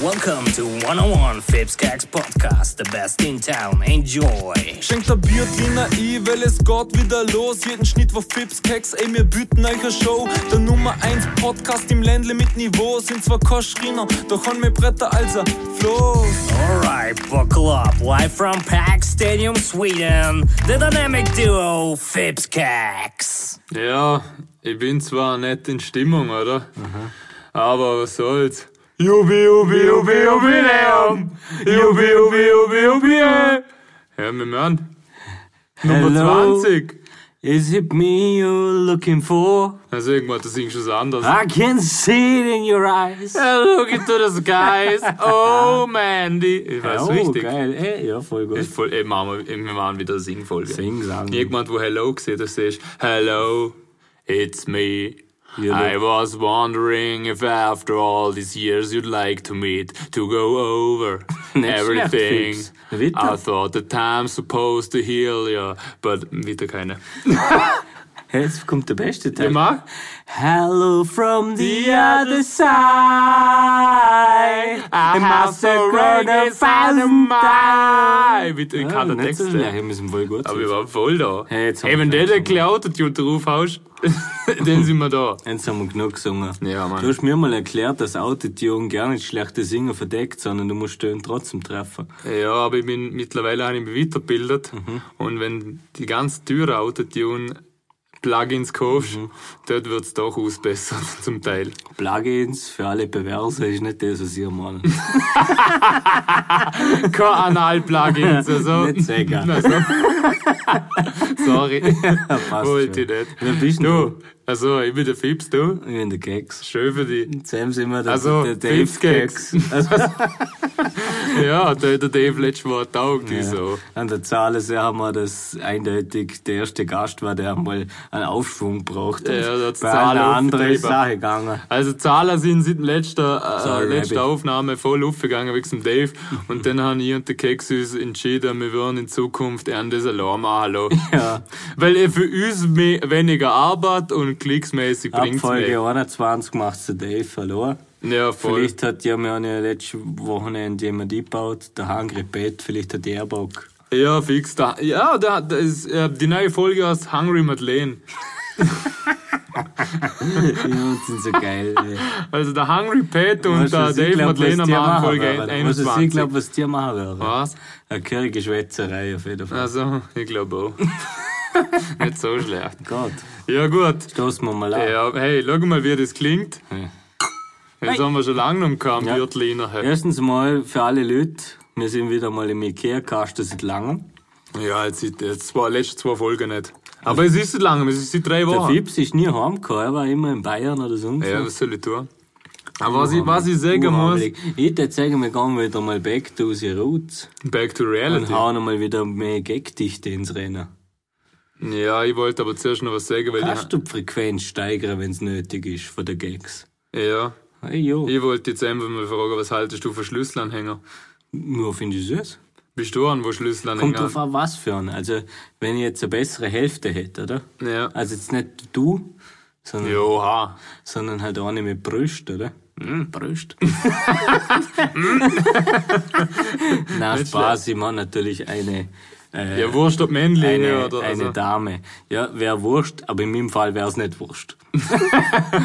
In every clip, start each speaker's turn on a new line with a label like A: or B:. A: Welcome to 101 Fips Gags Podcast, the best in town. Enjoy!
B: Schenkt ein Bier, Diener, ich, weil es geht wieder los. Jeden Schnitt war Fips, Keks, ey, wir bieten euch eine Show. Der Nummer 1 Podcast im Ländle mit Niveau. Sind zwar kein Schreiner, doch haben wir Bretter also als ein Floß.
A: Alright, buckle up. Live from Pack Stadium, Sweden, the dynamic duo Fips Gags.
C: Ja, ich bin zwar nicht in Stimmung, oder? Aber was soll's? Jubi, Jubi, Jubi, Jubiläum! Jubi, Jubi, Jubi, Jubi! Hör mich mal an. Nummer
D: Hello.
C: 20.
D: Is it me you're looking for?
C: Also irgendwann, das singt schon so anders.
D: I can see it in your eyes.
C: Look into the skies, oh Mandy. Ich weiß
D: oh,
C: richtig.
D: geil. Ey, ja, voll gut.
C: Ist voll, ey, machen wir, wir machen wieder eine Singfolge.
D: Sing, sang.
C: Irgendwann, wo Hello gesehen hast, siehst du, Hello, it's me. I was wondering if after all these years you'd like to meet to go over
D: Nicht
C: everything.
D: schlecht, Fips. Weiter.
C: I thought the time's supposed to heal you, but wieder keine.
D: Hey, Jetzt kommt der beste Teil.
C: Immer?
D: Hello from the other side. I must have grown a thousand times.
C: Bitte, ich
D: Ah,
C: kann den
D: nicht
C: Text.
D: so
C: ey.
D: schlecht. wir müssen voll gut
C: Aber
D: sein.
C: wir waren voll da.
D: Hey, jetzt haben
C: Ey, wenn
D: wir
C: der
D: schon
C: der
D: gesungen.
C: Cloud-Tune drauf haust, dann sind wir da.
D: Jetzt haben wir genug gesungen.
C: Ja, Mann.
D: Du hast mir mal erklärt, dass Autotune gar nicht schlechte Singer verdeckt, sondern du musst den trotzdem treffen.
C: Ja, aber ich bin mittlerweile habe ich mich weitergebildet.
D: Mhm.
C: Und wenn die ganz teuren Autotune-Plugins kaufst,
D: Mhm.
C: dort wird es doch ausbessert, zum Teil.
D: Plugins für alle Perverse ist nicht das, was ihr meint.
C: Kein Anal-Plugins, also.
D: Nicht sicher.
C: Also. Sorry,
D: Passt
C: wollte ich
D: schon.
C: nicht.
D: Wer bist denn
C: du? Also, ich bin der Fips, du.
D: Ich bin der Keks.
C: Schön für dich.
D: Sam sind wir der,
C: Also,
D: der Dave
C: Fipskeks.
D: Keks. Also,
C: Ja, da hat der Dave letztes Mal taugt, ja. so.
D: An der Zahl sehr haben wir das eindeutig der erste Gast war, der mal einen Aufschwung braucht. Und
C: Ja, da hat's
D: bei
C: Zahl
D: einer anderen
C: aufgetrieben.
D: Sache gegangen.
C: Also die Zahlen sind seit letzter, äh,
D: Sorry,
C: letzter
D: Rabbi.
C: Aufnahme voll aufgegangen wegen dem Dave. Und dann haben ich und der Keks uns entschieden, wir würden in Zukunft eher das Alarm anhalten.
D: Ja.
C: Weil er für uns mehr, weniger Arbeit und klicksmäßig
D: Ab
C: bringt's
D: Folge
C: mehr.
D: 21 macht's der Dave verloren.
C: Ja, voll.
D: Vielleicht hat ja mir eine letzte Wochenende jemand eingebaut, der Hungry Bett, vielleicht hat der Bock.
C: Ja, fix. Da, ja, da, da ist, äh, die neue Folge heißt Hungry Madeleine.
D: Ja, das sind so geil. ey.
C: Also der Hungry Pat und
D: Weißt du,
C: der
D: was ich
C: Dave
D: glaub, was
C: Madeleine
D: die
C: machen Folge
D: werden? Weißt du, Was ich
C: 21.
D: glaube, was die machen werden.
C: Was?
D: Eine kirige Schwätzerei auf jeden Fall.
C: Also, ich glaube auch. Nicht so schlecht.
D: Gott,
C: Ja, gut.
D: stoßen wir mal an.
C: Ja, hey, schau mal, wie das klingt. Jetzt haben wir schon lange noch keinen
D: Ja.
C: Biertli ja.
D: Erstens mal für alle Leute, wir sind wieder mal im Ikea-Kasten seit langem.
C: ja, jetzt sind jetzt zwei, letzte zwei Folgen nicht. Aber es ist nicht lange, es ist seit drei
D: Der
C: Wochen.
D: Fips ist nie heimgekommen, er war immer in Bayern oder sonst
C: Ja,
D: was.
C: was soll ich tun? Aber was ich, was ich sagen muss,
D: Unheimlich. Ich würde sagen, wir gehen wieder mal back to unsere Roots
C: back to
D: und
C: reality.
D: hauen mal wieder mehr Gagdichte ins Rennen.
C: Ja, ich wollte aber zuerst noch was sagen, weil
D: Kannst du die Frequenz steigern, wenn es nötig ist, von den Gags?
C: ich, ja,
D: Hey, jo.
C: ich wollte jetzt einfach mal fragen, was haltest du für Schlüsselanhänger?
D: Ja, finde ich süß.
C: Bist du an, wo
D: Kommt
C: Schlüsselanhänger?
D: drauf an, was für einen. Also, wenn ich jetzt eine bessere Hälfte hätte, oder?
C: Ja.
D: Also jetzt nicht du, sondern,
C: Joha.
D: sondern halt eine mit Brüst, oder?
C: Hm,
D: Mm, Brüst. Na Spaß, ich meine natürlich eine, äh,
C: Ja, Wurst ob männlich
D: eine,
C: oder
D: eine
C: also.
D: Dame. Ja, wäre Wurscht, aber in meinem Fall wäre es nicht Wurscht.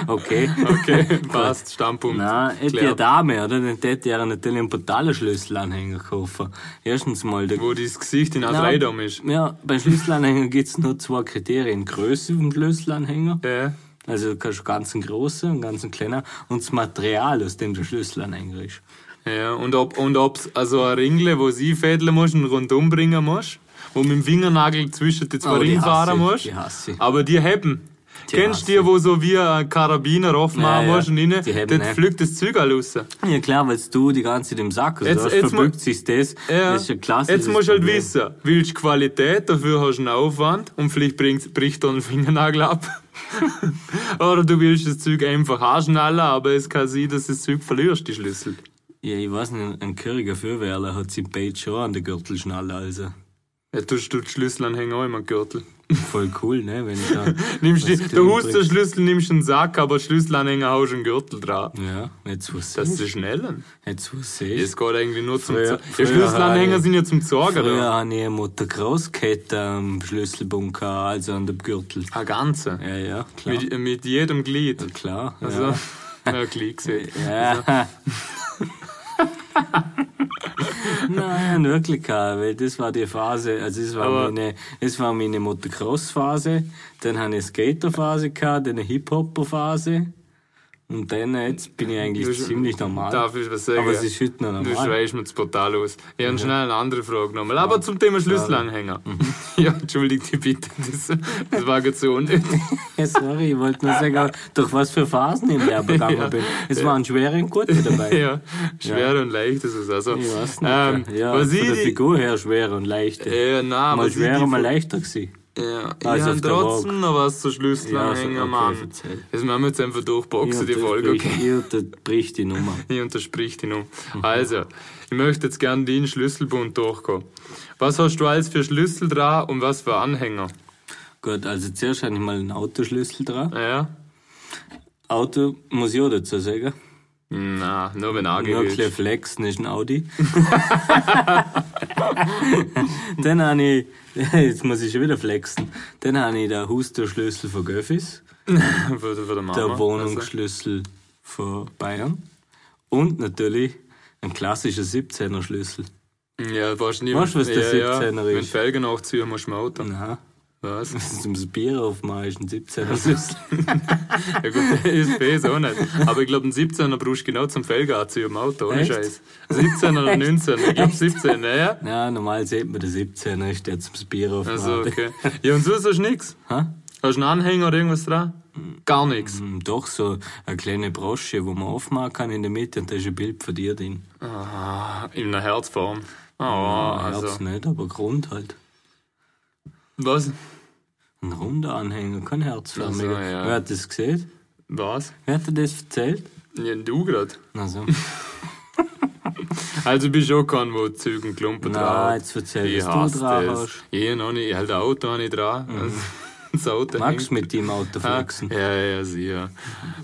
D: okay.
C: Okay, passt, Standpunkt.
D: Na, hätte
C: Klar.
D: ja Dame, oder? Dann hätte ich ihr natürlich einen brutalen Schlüsselanhänger kaufen. Erstens mal, der
C: Wo dein Gesicht in
D: Na,
C: Adreidom ist.
D: Ja, beim Schlüsselanhänger gibt's nur zwei Kriterien. Größe vom Schlüsselanhänger,
C: Ja.
D: also du kannst ganz ein großer und ganz ein kleiner, und das Material, aus dem der Schlüsselanhänger ist.
C: Ja, und ob und ob's also ein Ringle, wo sie fädeln musst und rundum bringen musst, wo mit dem Fingernagel zwischen die zwei
D: Oh, die
C: Ringe
D: hasse
C: fahren
D: ich,
C: musst,
D: die hasse ich.
C: aber die haben.
D: Die
C: Kennst
D: hasse
C: du die, wo so wie ein Karabiner aufmachen
D: Ja, ja,
C: musst und innen,
D: die haben,
C: dort
D: ne?
C: fliegt das Zeug alle raus.
D: Ja klar, weil du die ganze Zeit im Sack hast,
C: Jetzt-
D: jetzt,
C: jetzt
D: verbirgt
C: mu-
D: sich das.
C: Ja.
D: Das ist ja klasse.
C: Jetzt musst du halt wissen, willst du Qualität, dafür hast du einen Aufwand und vielleicht bringst, bricht dann ein Fingernagel ab. Oder du willst das Zeug einfach anschnallen, aber es kann sein, dass du das Zeug verlierst, die Schlüssel.
D: Ja, ich weiß nicht, ein Kirger Fürwerler hat sein Page schon an der Gürtelschnalle, also.
C: Ja, tust du die Schlüsselanhänger auch immer in den Gürtel.
D: Voll cool, ne? Wenn ich da
C: Nimmst
D: was
C: du,
D: Kleines
C: du hast den Schlüssel, nimmst einen Sack, aber Schlüsselanhänger haust einen Gürtel dran.
D: bring. Ja, jetzt was
C: Das
D: ich.
C: ist der Schnellen.
D: Jetzt was ich.
C: Es geht eigentlich nur zum
D: Hm. Früher-
C: Zorgen.
D: früher
C: Die Schlüsselanhänger
D: habe ich-
C: sind ja zum Zorgen.
D: Früher
C: oder?
D: habe ich eine Mutter Großkette am Schlüsselbunker, also an dem Gürtel.
C: Eine ganze.
D: Ja, ja, klar.
C: Mit, mit jedem Glied.
D: klar.
C: Also,
D: ja.
C: ja, Glied gesehen.
D: Ja. Nein, wirklich keine, weil das war die Phase, also es war
C: Aber-
D: meine, es war meine Motocross-Phase, dann hatte ich eine Skater-Phase gehabt, dann eine Hip-Hopper-Phase und dann jetzt bin ich eigentlich
C: Du-
D: ziemlich normal.
C: Darf ich was sagen?
D: Aber es ist heute noch normal.
C: Du schweißt mir das Portal aus. Ich habe schnell eine andere Frage nochmal. Aber zum Thema Schlüsselanhänger.
D: Mhm.
C: Ja, entschuldigt die bitte. Das, das war gerade so unnötig.
D: Ja, sorry, ich wollte nur sagen, durch was für Phasen ich im Lehrer gegangen
C: Ja.
D: bin. Es waren schwere und gute dabei.
C: ja, schwer und leicht ist es. Also,
D: Ich weiß nicht.
C: ähm,
D: ja,
C: was
D: von
C: ich
D: der
C: die-
D: Figur her schwer und leicht.
C: Äh, nein,
D: mal
C: was ich
D: schwerer,
C: die
D: mal leichter gewesen.
C: Ja, ich
D: Also
C: also
D: auf der
C: trotzdem noch was zu Schlüsselanhänger,
D: Ja, also, okay,
C: Mann.
D: erzähl.
C: Das machen wir jetzt einfach durchboxen, die
D: das
C: Folge,
D: bricht-
C: okay?
D: Ihr, das bricht die Nummer.
C: Ich untersprich dich noch.
D: Mhm.
C: Also, ich möchte jetzt gerne deinen Schlüsselbund durchgehen. Was hast du alles für Schlüssel dran und was für Anhänger?
D: Gut, also zuerst habe ich mal einen Autoschlüssel dran.
C: Ja?
D: Auto muss ich auch dazu sagen.
C: Na, nur wenn
D: Nur ein bisschen
C: angehört.
D: flexen ist ein Audi. Dann habe ich, jetzt muss ich schon wieder flexen. Dann habe ich den Husterschlüssel von Göffis.
C: Für, für den Mama.
D: der
C: Also,
D: Wohnungsschlüssel von Bayern und natürlich ein klassischer 17er Schlüssel.
C: ja, weißt du nie,
D: Weißt du, was der
C: ja, ja.
D: 17er ist? Mhm.
C: Wenn Felgen nachziehen, musst du im Auto.
D: Aha.
C: Was?
D: Zum um Bier aufmachen ist ein 17er Schlüssel.
C: Ja gut, ist fes auch nicht. Aber ich glaube, ein 17er brauchst du genau zum Felgen anziehen im Auto, ohne
D: Echt?
C: Scheiß. 17er oder 19er, ich glaube 17, naja.
D: ja, normal sieht man den 17er, ist der zum Bier aufmachen.
C: Also, okay. Ja, und sonst hast du nichts?
D: Hä?
C: Hast du einen Anhänger oder irgendwas dran? Gar nichts.
D: Hm, Doch, so eine kleine Brosche, wo man aufmachen kann in der Mitte und da ist ein Bild von dir drin.
C: In einer Herzform. Oh,
D: ich
C: also.
D: hab's nicht, aber Grund halt.
C: Was?
D: Ein runder Anhänger, kein
C: Ach so,
D: herzförmiger.
C: Also, ja.
D: Wer hat das gesehen?
C: Was?
D: Wer hat dir das erzählt?
C: Ja, du grad.
D: Also,
C: Also bist du auch kein, wo Zügen Klumpen
D: Nein,
C: dran
D: jetzt erzähl,
C: ich
D: was du
C: hasse
D: dran
C: das.
D: hast. Mhm.
C: Ich noch nicht, ich halt ein Auto habe ich dran. Also, das Auto
D: magst du
C: hängt-
D: mit dem Auto
C: Ah,
D: flexen? Mhm.
C: Ja, ja, sicher.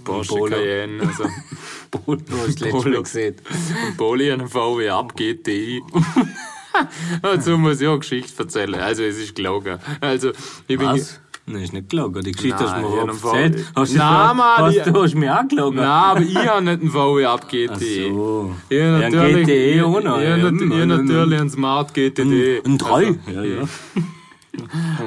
C: Porsche
D: Polo.
C: Cayenne, also
D: Polo, hast du letztes
C: Polo.
D: Mal gesehen.
C: Poli an VW ab GTI. Dazu muss ich auch eine Geschichte erzählen. Also es ist gelogen. Also ich bin
D: Was? Nein, ist nicht gelogen. Die Geschichte hast
C: Nein,
D: du mir
C: ich
D: auch
C: hab einen
D: erzählt.
C: Fall-
D: Hast du
C: Nein,
D: gesagt,
C: Mann,
D: hast,
C: ich-
D: du hast mich angelogen.
C: Nein, aber ich habe nicht einen VW ab GTI.
D: Ach so.
C: Ich
D: Ja, eh
C: habe
D: ein E
C: natürlich,
D: GTE
C: ich,
D: auch noch.
C: ich hab nat-
D: Eben,
C: ich hab
D: ein-
C: natürlich einen Smart E. GTD.
D: Ein Drei. ja, ja.
C: Also,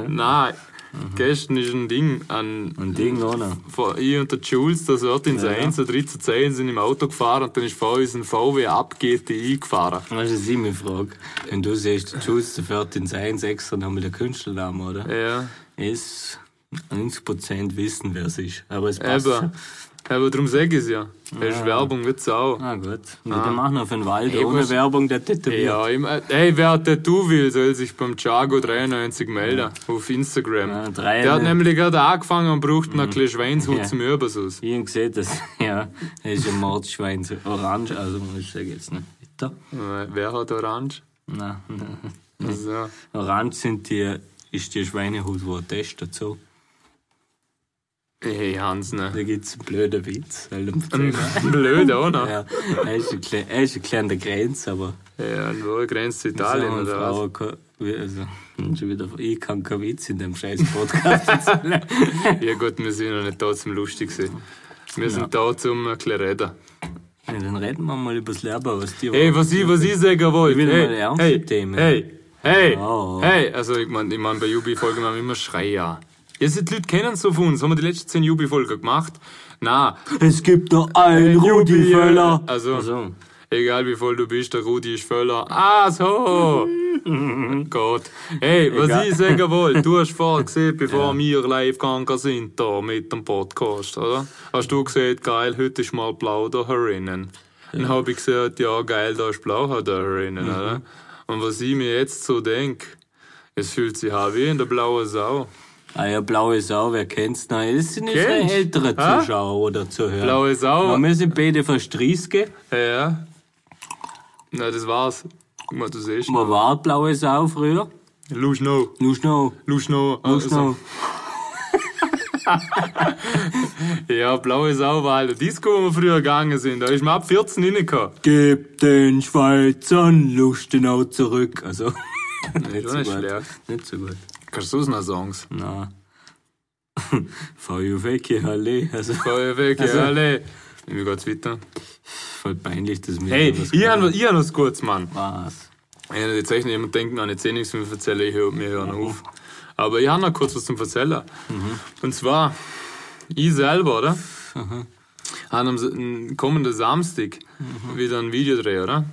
C: Nein,
D: Mhm.
C: gestern ist ein Ding an.
D: Ein Ding, oder?
C: von- Ich und der Jules, das wird ins 1 oder 3 zu 10 sind im Auto gefahren und dann ist vor uns ein VW ab GTI gefahren.
D: Das ist eine meine Frage. Wenn du siehst, Jules, der fährt ins 1 extra und haben wir den Künstlernamen, oder?
C: Ja.
D: Es 90% wissen, wer es ist. Aber es passt.
C: Eben. Aber darum sage ich es ja. Das ist Werbung, wird Sau.
D: Ah, gut. Und wir machen auf den Wald
C: Ey,
D: ohne
C: was-
D: Werbung, der tätowiert.
C: Ja, ich mein, hey, wer ein Tattoo will, soll sich beim Chago93 melden. Auf Instagram.
D: Ja, drei- Mhm.
C: Der hat nämlich gerade angefangen und braucht noch ein bisschen Schweinshut
D: Ja.
C: zum Übersauce.
D: Ich hab gesehen, das, ja, das ist ein Mordschwein, so orange, also muss ich sagen, jetzt nicht weiter.
C: Äh, Wer hat Orange?
D: Nein, nein.
C: Also,
D: Orange sind die, ist die Schweinehaut, wo ein Test dazu.
C: hey, Hans, ne?
D: Da gibt's einen blöden Witz. Halt um
C: Blöd, oder? Ja,
D: ja, er ist ein klein, er ist ein klein an der Grenze, aber
C: und wo grenzt zu Italien,
D: Frauen-
C: oder was?
D: Frauen kann- wie- also, schon wieder, ich kann keinen Witz in dem scheiß Podcast erzählen.
C: Ja, gut, wir sind ja nicht da zum Lustig sein. Wir sind da zum ein bisschen reden.
D: Ja, dann reden wir mal über das Lerber, was die
C: Hey, was ich, was ich sagen wollte.
D: will
C: hey,
D: mal ernste
C: hey,
D: Themen.
C: Hey, hey,
D: Oh.
C: hey. Also, ich meine, ich mein, bei Jubi-Folgen machen wir immer Schreier. Ja, sind die Leute kennen so von uns. Haben wir die letzten 10 Jubi-Folgen gemacht? Na,
D: Es gibt nur einen Rudi
C: Jubi, äh,
D: Völler.
C: Also,
D: so.
C: egal wie voll du bist, der Rudi ist Völler. Ah, so. Gott. Hey, was
D: Egal.
C: ich sagen wollte, du hast vorher gesehen, bevor wir live gegangen sind, da mit dem Podcast, oder? Hast du gesehen, geil, heute ist mal blau da herinnen. Dann hab ich gesagt, ja, geil, da ist blau halt da
D: Mhm.
C: herinnen, oder? Und was ich mir jetzt so denk, es fühlt sich an wie in der blauen Sau.
D: Ah ja, blaue Sau, wer kennt's noch? Das sind unsere
C: Kennst?
D: ältere
C: Hä?
D: Zuschauer oder Zuhörer.
C: Blaue Sau.
D: Wir sind beide von Striesge.
C: Ja. Na, das war's. Guck mal, du siehst.
D: Man war blaue Sau früher.
C: Luschno,
D: Luschno,
C: Luschno,
D: Luschno.
C: Ja, blaue Sau war halt eine Disco, wo wir früher gegangen sind. Da ist man ab 14 reingekommen.
D: Gib den Schweizern Lustenau zurück. Also, nicht,
C: auch
D: so
C: nicht
D: gut.
C: schlecht.
D: Nicht so gut.
C: Kannst du es noch Songs?
D: Na. Fahr ich weg hier, alle. Also,
C: Feuer weg,
D: Also-
C: ja, alle. Wie geht's weiter?
D: voll peinlich, dass mir
C: Hey,
D: sowas
C: ich
D: gehört.
C: habe ich hab noch was genau? kurz, Mann.
D: Was?
C: Ich habe die Zeichen, jemand denkt noch nicht eh nichts mehr erzählen, ich höre mir hören
D: Mhm.
C: auf. Aber ich habe noch kurz was zum Erzählen. Und zwar, ich selber, oder?
D: Mhm.
C: Habe am S- m, kommenden Samstag
D: Mhm.
C: wieder ein Video drehen, oder?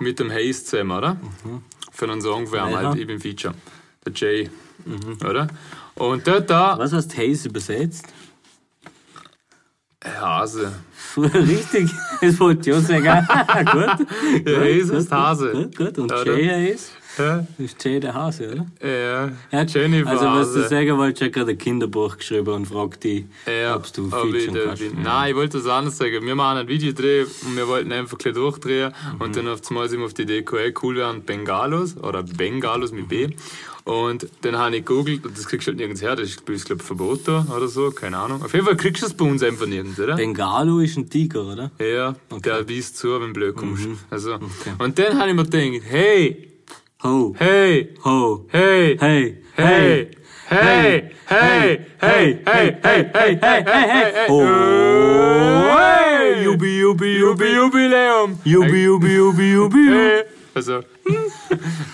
C: Mit dem Hayes zusammen, oder? Für einen Song für
D: Mhm. Ja. Mhm.
C: einmal, ich bin Feature. Der Jay, oder? Und dort da,
D: Was heißt Haze übersetzt?
C: Hase.
D: Richtig, das wollte ich auch sagen. Ah, gut.
C: Der Hayes ist Hase.
D: Gut, gut. Und
C: Oder?
D: Jay ist?
C: Ja,
D: Ist Jay der Hase, oder?
C: ja.
D: Ja,
C: Jennifer
D: Also, was
C: Hase.
D: du sagen wolltest, ich habe gerade ein Kinderbuch geschrieben und fragt dich,
C: Ja,
D: ob du
C: ob ich
D: featuren
C: da
D: kannst.
C: bin. Nein, ich wollte das anders sagen. Wir machen ein Videodreh und wir wollten einfach ein bisschen durchdrehen. Und dann auf einmal sind wir auf die Idee gekommen, hey, cool wären Bengalos oder Bengalos mit B. Und dann habe ich gegoogelt und das kriegst du halt nirgends her. Das ist, glaube ich, verboten oder so. Keine Ahnung. Auf jeden Fall kriegst du es bei uns einfach nirgends, oder?
D: Bengalo ist ein Tiger, oder?
C: ja, der bist zu, wenn du blöd kommst. Also. Und dann habe ich mir gedacht, hey,
D: Ho,
C: hey,
D: ho,
C: hey,
D: hey,
C: hey, hey, hey, hey, hey, hey, hey, hey, hey, hey, hey.
D: Oh.
C: Hey, Jubi, Jubi, Jubi, Jubiläum.
D: Jubi, jubi, jubi, jubi.
C: Hey. Also,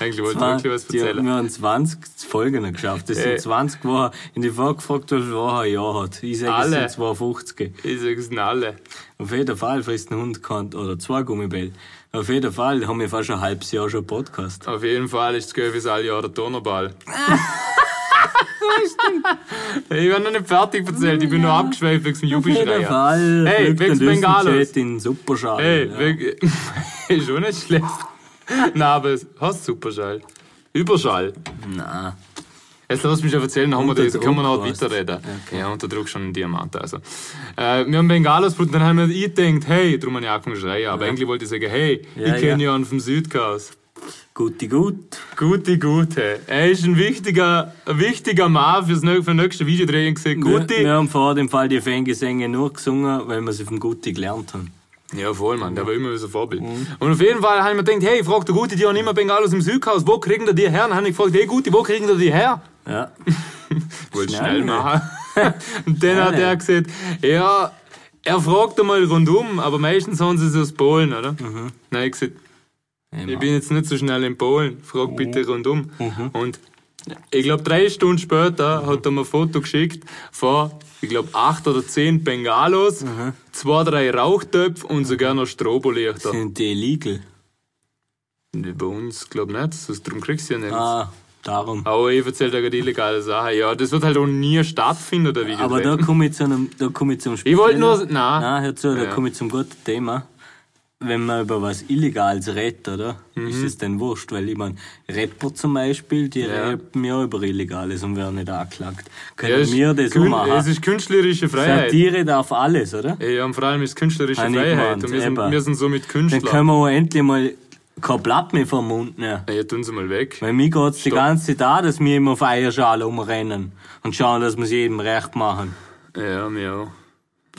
C: eigentlich wollte ich wirklich was
D: Die haben
C: erzählen.
D: wir an 20 Folgen geschafft. Das
C: Äh.
D: sind 20 Wochen. In die Frage gefragt, was Woche ein Jahr hat. Ich sage, es
C: Alle.
D: sind 52.
C: Ich sag's ihnen alle.
D: Auf jeden Fall frisst ein Hund kein, oder zwei Gummibälle. Auf jeden Fall haben wir fast ein halbes Jahr schon Podcast.
C: Auf jeden Fall ist das Göffis alle Jahre der Donnerball. Ich bin noch nicht fertig erzählt, ich bin nur abgeschweift wegen dem
D: Auf jeden
C: Jubiläum.
D: Fall
C: Hey,
D: fliegt
C: wegen
D: ein
C: Bengalos.
D: Düsenjet in Superschale.
C: Ey,
D: ja.
C: wirklich. ist schon nicht schlecht. Na, aber es- hast Superschall. Überschall.
D: Nein.
C: Jetzt lass mich schon erzählen, dann haben wir
D: Unter
C: das, dann können wir noch
D: Druck war's.
C: weiterreden. Ja, unter Druck schon ein Diamant. Also. Äh, wir haben Bengalos gebraucht, dann haben wir ich gedacht, hey, drum habe ich angefangen zu schreien. Aber eigentlich wollte ich sagen, hey,
D: Ja,
C: ich kenne
D: ja.
C: ja einen vom Südgas.
D: Guti gut.
C: Gute, gute. Er ist ein wichtiger, ein wichtiger Mann fürs nä- für den nächsten Videodreh gesehen. Gute.
D: Wir, wir haben vor dem Fall die Fangesänge nur gesungen, weil wir sie vom Guti gelernt haben.
C: Ja, voll, Mann, der war immer so ein Vorbild. Und auf jeden Fall haben wir gedacht, hey, fragt der Gute, die haben immer Bengalos im Südhaus, wo kriegen da die her? Und dann habe ich gefragt, hey, Gute, wo kriegen da die her?
D: Ja.
C: Wollte
D: Schnell,
C: schnell
D: ne?
C: machen. Und dann hat
D: Schnell.
C: er gesagt, ja, er fragt einmal rundum, aber meistens haben sie es aus Polen, oder?
D: Mhm.
C: Nein, ich gesagt, ich bin jetzt nicht so schnell in Polen, frag
D: Oh.
C: bitte rundum.
D: Mhm.
C: Und ich glaube, drei Stunden später hat er mir ein Foto geschickt von, ich glaube, acht oder zehn Bengalos,
D: Mhm.
C: zwei, drei Rauchtöpfe und sogar noch Strobolichter.
D: Sind die illegal?
C: Bei uns, glaube ich, nicht, sonst drum kriegst du ja nichts.
D: Ah, darum.
C: Aber ich erzähle dir gerade illegale Sachen. Ja, das wird halt auch nie stattfinden, der Video.
D: Aber da komme ich zu einem, da komme ich zum Spiel.
C: Ich wollte nur. Nein.
D: Nein, hör zu, da
C: Ja.
D: komme ich zum guten Thema. Wenn man über was Illegales redet, oder? Ist
C: Mhm.
D: es denn wurscht? Weil ich meine, Rapper zum Beispiel, die rappen ja über Illegales und werden nicht angeklagt.
C: Ja,
D: Können
C: es ist
D: wir das
C: kün-
D: auch machen?
C: Es ist künstlerische Freiheit.
D: Satire darf alles, oder?
C: Ja, und vor allem ist künstlerische
D: Hab ich
C: Freiheit.
D: gemeint,
C: Und wir sind,
D: eben.
C: wir sind somit
D: Dann können
C: Künstler.
D: wir auch endlich mal kein Blatt mehr vom Mund nehmen.
C: Na Ja, tun sie mal weg.
D: Weil mir geht's die
C: Stopp.
D: ganze Zeit an, dass wir immer auf Eierschale umrennen und schauen, dass wir es jedem recht machen.
C: Ja, mir auch.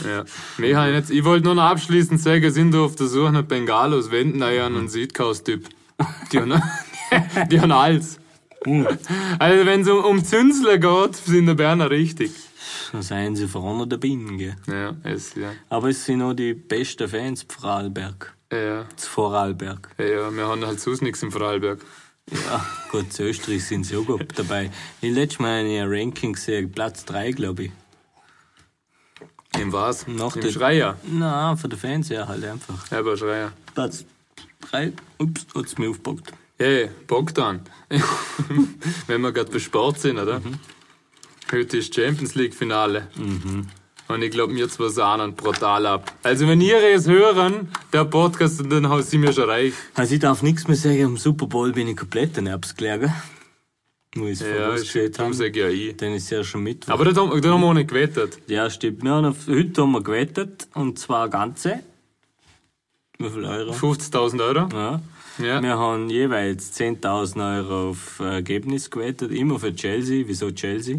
C: Ja. Mir hab ich jetzt, ich wollte nur noch abschließend sagen, sind wir auf der Suche nach Bengalos, wenden euch
D: Mhm.
C: an einen Südkaus-Typ. Die haben, die haben alles.
D: Mhm.
C: Also, wenn es um, um Zünsler geht, sind der Berner richtig.
D: Dann seien sie vorne der Bienen, gell?
C: Ja, es, ja.
D: Aber es sind auch die besten Fans von Vorarlberg.
C: Ja,
D: Zu Vorarlberg.
C: ja, wir haben halt sonst nichts im Vorarlberg.
D: Ja, gut, zu Österreich sind sie auch gut dabei. Ich letztes Mal habe ich ein Ranking gesehen, Platz 3, glaube ich.
C: Im was?
D: Noch
C: Im
D: den-
C: Schreier.
D: Na, von den Fans her halt einfach.
C: Ja, aber Schreier.
D: Platz 3, ups, hat's mir aufgepackt.
C: Hey, Bogdan. Wenn wir gerade bei Sport sind, oder?
D: Mhm.
C: Heute ist Champions League-Finale.
D: Mhm.
C: Und ich glaube, mir zwei sahnen brutal ab. Also, wenn ihr es hören, der Podcast, dann haust sie mir schon reich.
D: Also ich darf nichts mehr sagen, am Super Bowl bin ich komplett ein Erbsklager. Nur ist
C: Ja,
D: es
C: ich
D: gesagt haben.
C: sag ja ich.
D: Dann ist ja schon Mittwoch.
C: Aber da haben da haben wir auch nicht gewettet.
D: Ja, stimmt. Wir haben auf, heute haben wir gewettet und zwar ganze. Wie viel Euro?
C: 50.000 Euro.
D: Ja.
C: Ja.
D: Wir haben jeweils 10.000 Euro auf Ergebnis gewettet, immer für Chelsea. Wieso Chelsea?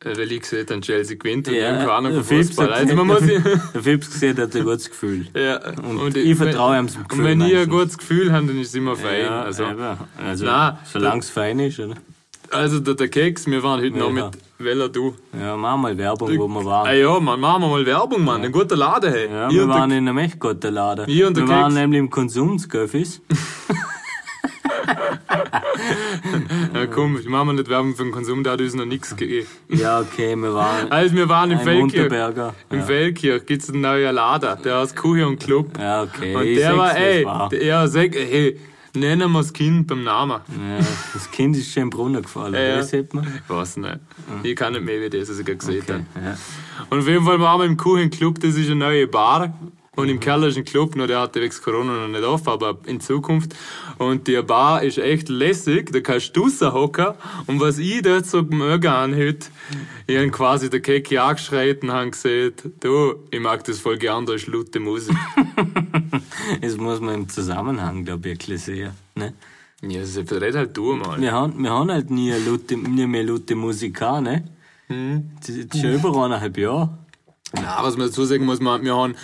C: Äh, Weil ich gesehen dann Chelsea gewinnt und
D: Ja,
C: ja, keine Ahnung
D: der
C: von
D: Fips
C: Fußball.
D: hat
C: Also man muss
D: gesehen- der Fips gesehen hat ein gutes Gefühl.
C: ja,
D: Und ich vertraue ihm zum Gefühl
C: Und wenn ich ein
D: meistens.
C: gutes Gefühl habe, dann ist es immer fein.
D: Ja,
C: also,
D: eben. also
C: Nein,
D: solange es fein ist, oder?
C: also der, der Keks, wir waren heute noch
D: Ja.
C: mit Weller du.
D: Ja, mach mal Werbung, wo wir waren.
C: Ah ja, Mann, machen wir mal Werbung, Mann. Ein guter Laden, hey.
D: Ja,
C: Ich
D: wir
C: und der
D: waren in einem echt guten Laden.
C: Ich und der
D: wir waren
C: Keks.
D: nämlich im Konsumsköffis.
C: Ja, komm, ich mache mir nicht Werbung für den Konsum, da hat uns noch nichts gegeben.
D: ja, okay, wir waren
C: Also, wir waren im
D: im
C: Feldkirch.
D: Unterberger.
C: Im Feldkirch gibt's einen neuen Lader, der heißt Kuchen und Club.
D: Ja, okay.
C: und
D: ich
C: der
D: sag's,
C: war,
D: wie es
C: ey,
D: war.
C: der, ja, sag, hey, nennen wir das Kind beim Namen.
D: Ja, das Kind ist schon im Brunnen gefallen,
C: Ja.
D: das sieht man.
C: Ich weiß nicht. Ich kann nicht mehr wie das, was ich gerade gesehen
D: Okay, ja.
C: habe. Und auf jeden Fall waren wir im Kuchen Club, das ist eine neue Bar. Und
D: Mhm.
C: im Keller ist ein Club, nur der hat wegen Corona noch nicht auf, aber in Zukunft. Und die Bar ist echt lässig, da kannst du hocken. Und was ich dort so mögen an heute, ich habe quasi der Keki angeschreit und habe gesagt, du, ich mag das voll gern, da ist laute Musik.
D: Das muss man im Zusammenhang, glaube ich, wirklich sehen. Ne?
C: ja, das red halt du mal.
D: Wir, haben, wir haben halt nie, eine laute, nie mehr laute Musiker, ne?
C: Hm.
D: Das ist jetzt schon über eineinhalb Jahre.
C: Na, was man dazu sagen muss, man- wir haben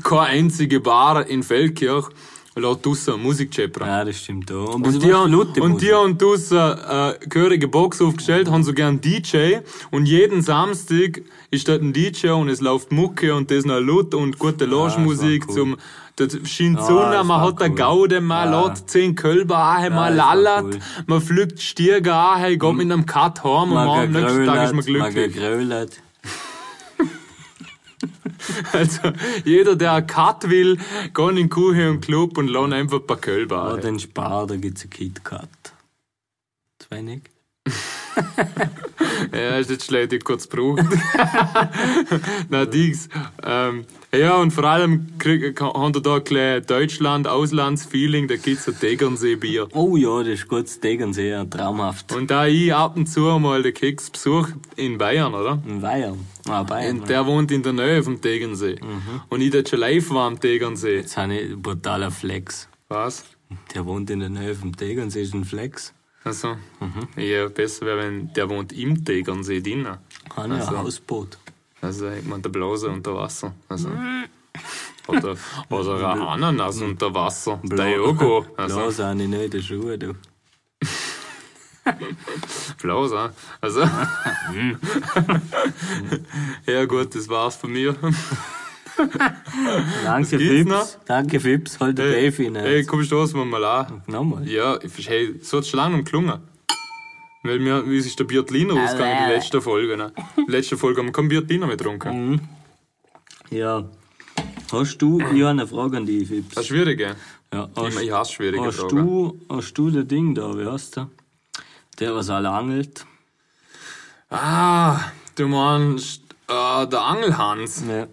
C: keine einzige Bar in Feldkirch laut Dusser Musikchapper.
D: Ja, das stimmt auch. Und,
C: Und
D: es
C: die,
D: war
C: haben,
D: laute
C: und
D: Musik.
C: die haben uns eine äh, gehörige Box aufgestellt, haben sogar einen DJ und jeden Samstag ist dort ein DJ und es läuft Mucke und das noch laut und gute Lounge-Musik
D: Ah, cool.
C: zum das scheint
D: Ah,
C: Sonne,
D: das
C: man
D: war
C: hat eine
D: cool.
C: Gaude, man
D: Ja.
C: lädt 10 Kölber an, man
D: das war
C: lallert,
D: cool.
C: man pflückt Stierger an, geht mit einem Cut heim und am nächsten Tag ist man glücklich.
D: gegrölt.
C: Also jeder, der einen Cut will, geht in den Kuchen und Club und lädt einfach ein paar Kölber
D: Oh,
C: an.
D: den Spar, da gibt's ein KitKat. Zu wenig?
C: Ja, ist jetzt schlecht, ich hab kurz gebraucht. Na, Dings. Ähm, ja, und vor allem krieg, haben wir da gleich Deutschland-Auslands-Feeling, da gibt's ein Tegernsee-Bier.
D: Oh ja, das ist gut, Degen sehr traumhaft.
C: Und da ich ab und zu mal den Keks besuch in Bayern, oder?
D: In Bayern. Ah, Bayern. Mhm.
C: Und der wohnt in der Nähe vom Tegernsee. Und ich dort schon live war am Tegernsee.
D: Jetzt habe ich brutaler Flex.
C: Was?
D: Der wohnt in der Nähe vom Tegernsee, ist ein Flex.
C: Also,
D: Mhm.
C: ja, besser wäre, wenn der wohnt im Tegernsee drinnen.
D: Habe ich
C: Also.
D: ein Hausboot.
C: Also da hängt man der Blase unter Wasser. Also.
D: Mm.
C: Oder, oder eine Ananas unter Wasser. Der Jogo. Also,
D: Bloß habe ich nicht die Schuhe, du.
C: Blase. Also.
D: Mm.
C: ja, gut, das war's von mir.
D: Danke,
C: gibt's
D: Fips.
C: noch?
D: Danke, Fips. Halt den
C: Ey,
D: Baby
C: ey,
D: nicht.
C: komm, stoßen wir mal an.
D: Nochmal.
C: Ja, ich verstehe, so hat's schon lange umklungen. Weil mir, wie ist der Biertliner
D: Ah,
C: rausgegangen in der letzten Folge? Ne? In der letzten Folge haben wir keinen Biertliner mehr
D: Mhm.
C: getrunken.
D: Ja. Hast du, ich habe eine Frage an dich, Fips.
C: Das ist schwierig, gell?
D: Ja, hast,
C: Ich hasse schwierige
D: hast
C: Fragen.
D: du, hast du das Ding da, wie heißt der? Der, was alle angelt.
C: Ah, du meinst äh, der Angelhans.
D: Ja.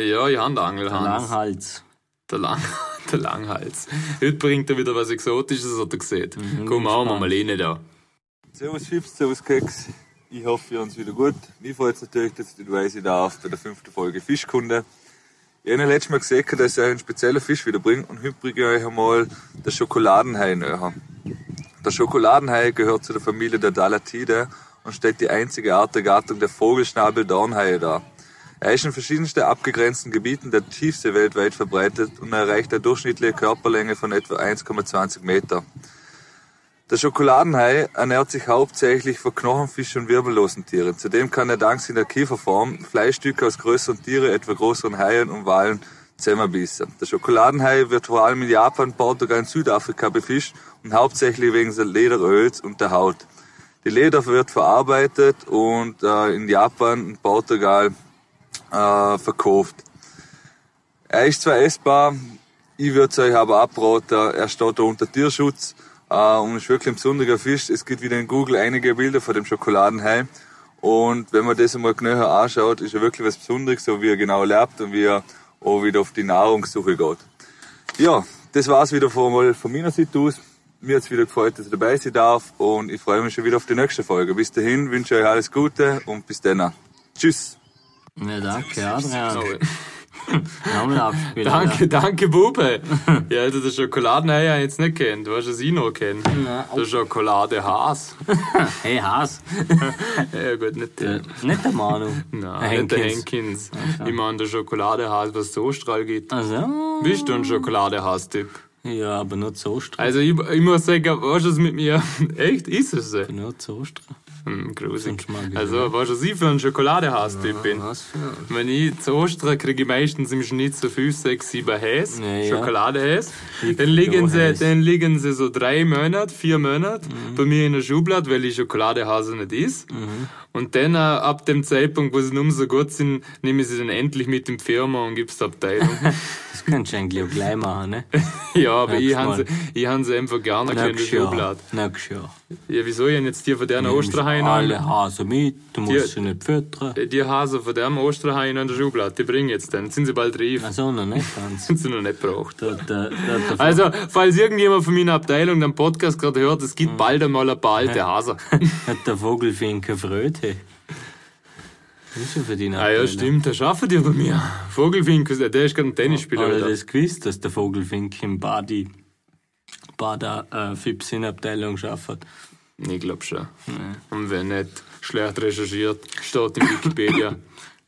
C: Ja, ich habe den Angelhans.
D: Langhals.
C: Der, Lang der Langhals. Heute bringt er wieder was Exotisches, hat er gesehen.
D: Mhm,
C: Komm, auch wir mal rein da.
E: Servus Chips, Servus Keks. Ich hoffe, ihr uns wieder gut. Mir fällt es natürlich jetzt den Weise da auf bei der fünften Folge Fischkunde. Ich habe ja letztes Mal gesehen, dass ich euch einen speziellen Fisch wieder bringe und heute bringe ich euch einmal den Schokoladenhai näher. Der Schokoladenhai gehört zu der Familie der Dalatide und stellt die einzige Art der Gattung der Vogelschnabel-Dornhaie dar. Er ist in verschiedensten abgegrenzten Gebieten der Tiefsee weltweit verbreitet und erreicht eine durchschnittliche Körperlänge von etwa 1,20 Meter. Der Schokoladenhai ernährt sich hauptsächlich von Knochenfischen und wirbellosen Tieren. Zudem kann er dank seiner Kieferform Fleischstücke aus größeren Tieren, etwa größeren Haien und Walen, zusammenbissen. Der Schokoladenhai wird vor allem in Japan, Portugal und Südafrika befischt und hauptsächlich wegen seines Lederöls und der Haut. Die Leder wird verarbeitet und äh, in Japan und Portugal äh, verkauft. Er ist zwar essbar, ich würde es euch aber abraten. Er steht da unter Tierschutz äh, und ist wirklich ein besonderer Fisch. Es gibt wieder in Google einige Bilder von dem Schokoladenhai. Und wenn man das einmal genauer anschaut, ist er wirklich was Besonderes, so wie er genau lebt und wie er auch wieder auf die Nahrungssuche geht. Ja, das war's wieder von, mal von meiner Seite aus. Mir hat's wieder gefreut, dass ich dabei sein darf und ich freue mich schon wieder auf die nächste Folge. Bis dahin wünsche ich euch alles Gute und bis dann. Tschüss.
D: Ja, danke, Adrian.
C: Sorry.
D: Nochmal abspielen.
C: Danke, danke, Bube. Ja, hätte der Schokoladeneier jetzt nicht kennt. Weißt du, was ich noch kenne? Der
D: oh.
C: Schokoladehaas.
D: Alter. Hey, Haas.
C: Ja, gut, nicht der.
D: Nicht der Manu.
C: Nein,
D: Der
C: nicht der
D: Henkins.
C: Henkins. Ich meine, der Schokoladehaas, was so strahl geht.
D: Also,
C: Bist du ein Schokoladehaas-Typ?
D: ja, aber nur zu Ostra.
C: Also, ich, ich muss sagen, weißt du, was mit mir. Echt? Ist es so?
D: Nur zu Ostra.
C: Hm, grusig.
D: Sonst mag ich
C: Also, weißt du, was ich für ein Schokoladehaas-Typ bin?
D: Was für?
C: Wenn ich zu Ostern kriege ich meistens im Schnitt so 5, 6, 7 Häs,
D: Ja, ja.
C: Schokolade Häs.
D: Ich
C: Dann liegen,
D: auch
C: sie,
D: Häs.
C: dann liegen sie so drei Monate, vier Monate
D: Mhm.
C: bei mir in der Schublade, weil ich Schokoladehase nicht ist. Und dann äh, ab dem Zeitpunkt, wo sie nicht mehr so gut sind, nehme ich sie dann endlich mit in die Firma und gebe es Abteilung.
D: Das kannst du eigentlich auch gleich machen, ne?
C: ja, aber ich
D: Merkst
C: habe
D: mal.
C: sie, ich han sie einfach gar nicht in der
D: Nächstes Jahr.
C: Schublade.
D: Nächstes Jahr.
C: Ja, wieso? Ich habe jetzt die von der
D: Alle
C: Osterhain
D: Hase mit, du
C: Die-
D: musst sie nicht füttern.
C: die Hase von dem Osterhain in der Schublade, die bringe ich jetzt dann. Jetzt sind sie bald reif.
D: Also, noch nicht ganz.
C: Sind sie noch nicht gebraucht.
D: Da, da, da, da,
C: Also, falls irgendjemand von meiner Abteilung den Podcast gerade hört, es gibt bald einmal ein paar alte Haser.
D: Mhm. Hat der Vogelfinker Fröte. Das ist ja für die
C: Ah ja, stimmt, der schaffen die bei mir. Vogelfink, der ist gerade ein Tennisspieler.
D: Oder
C: Alter.
D: das gewusst, dass der Vogelfink im Badi, Bader äh, Fips in Abteilung schafft.
C: Ich glaub schon. Und wenn nicht, schlecht recherchiert, steht in Wikipedia.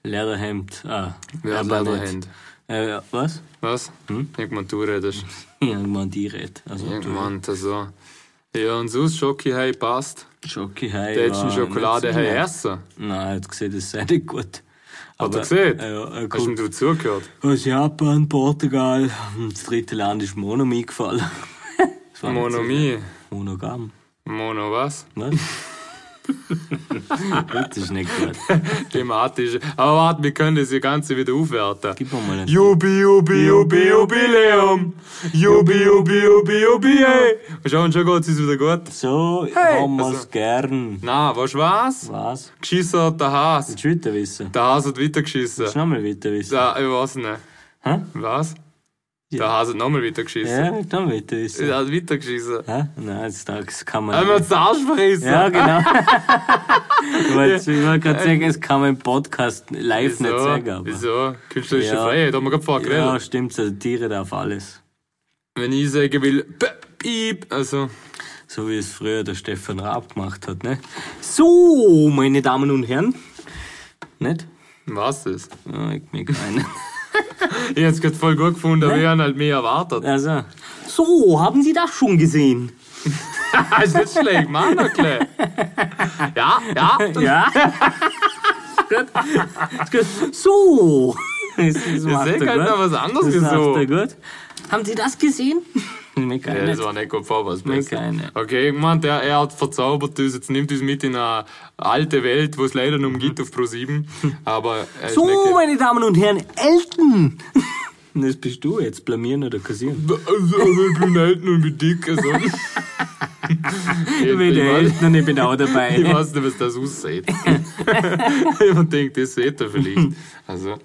D: Lederhemd. Ah,
C: Wer hat
D: aber
C: Lederhemd?
D: nicht. Äh, was?
C: Was?
D: Hm?
C: Irgendwann du redest.
D: Irgendwann die Rede. Also
C: Irgendwann, also. Ja, und sonst, Schoki, hey, passt.
D: du, Schoki Hai.
C: Der
D: war
C: hättest Schokolade,
D: nicht so-
C: hey, essen.
D: Nein, hat gesehen, das sei nicht gut.
C: Hat
D: Aber-
C: er gesehen?
D: Äh, ja, er
C: Hast du ihm
D: guckt
C: du zugehört?
D: aus Japan, Portugal. Und das dritte Land ist Monomi gefallen. Das war nicht so-
C: Monomie.
D: Monogam.
C: Mono was?
D: Was? das ist nicht gut.
C: Thematisch. Aber warte, wir können das Ganze wieder aufwerten.
D: Gib mir mal einen.
C: Jubi, Jubi, Jubi, Jubiläum. Jubi, Jubi, Jubi, Jubi, hey. Und schauen, schon geht's uns wieder gut.
D: So haben wir's
C: Also-
D: gern.
C: Na, weißt du was?
D: Was?
C: Geschissen hat der Hase.
D: Willst du weiter wissen?
C: Der Hase hat weiter geschissen.
D: Willst du nochmal weiter wissen?
C: Da, ich weiß nicht.
D: Hä?
C: Was?
D: Ja.
C: Der Hase hat nochmal weiter geschissen.
D: Ja, willst du nochmal weiter wissen?
C: Er hat weiter geschissen.
D: Hä? Nein, jetzt das kann man
C: Einmal zu Arsch verrissen.
D: Ja, genau. ich wollte ich wollte gerade sagen, es kann man im Podcast live nicht sagen.
C: Wieso?
D: Aber.
C: Wieso? Künstlerische
D: Ja.
C: Freiheit, haben wir gerade vorher geredet.
D: Ja, stimmt, also Tiere darf alles.
C: Wenn ich sagen will, piep, piep, also,
D: So wie es früher der Stefan Raab gemacht hat, ne? So, meine Damen und Herren. Nicht?
C: was ist?
D: Ja, ich mich ein.
C: Ich hätte es gerade voll gut gefunden, aber ich habe halt mehr erwartet.
D: Also. So, haben Sie das schon gesehen?
C: Ah, ist nicht schlecht, Mann, noch gleich. Ja, ja.
D: Ja. Ist gut. Ist gut. So. Das ist
C: Ich sehe gerade noch eh was anderes gesucht.
D: gut. Haben Sie das gesehen? Mir
C: Ja,
D: keine.
C: das war nicht gut vorwärts.
D: Nicht keine.
C: Okay, ich meine, der, er hat verzaubert uns, jetzt nimmt uns mit in eine alte Welt, wo es leider nur umgeht auf Pro 7. Aber er ist nicht
D: Mhm. So,
C: ge-
D: meine Damen und Herren, Elton. Das bist du jetzt, blamieren oder kassieren?
C: Also, aber ich bin alt und bin dick. Also. ich,
D: Ich bin
C: ich
D: der
C: weiß,
D: Elton und ich bin auch
C: ich
D: dabei.
C: weiß nicht, was das aussieht. Man denkt, das seht er vielleicht. Also.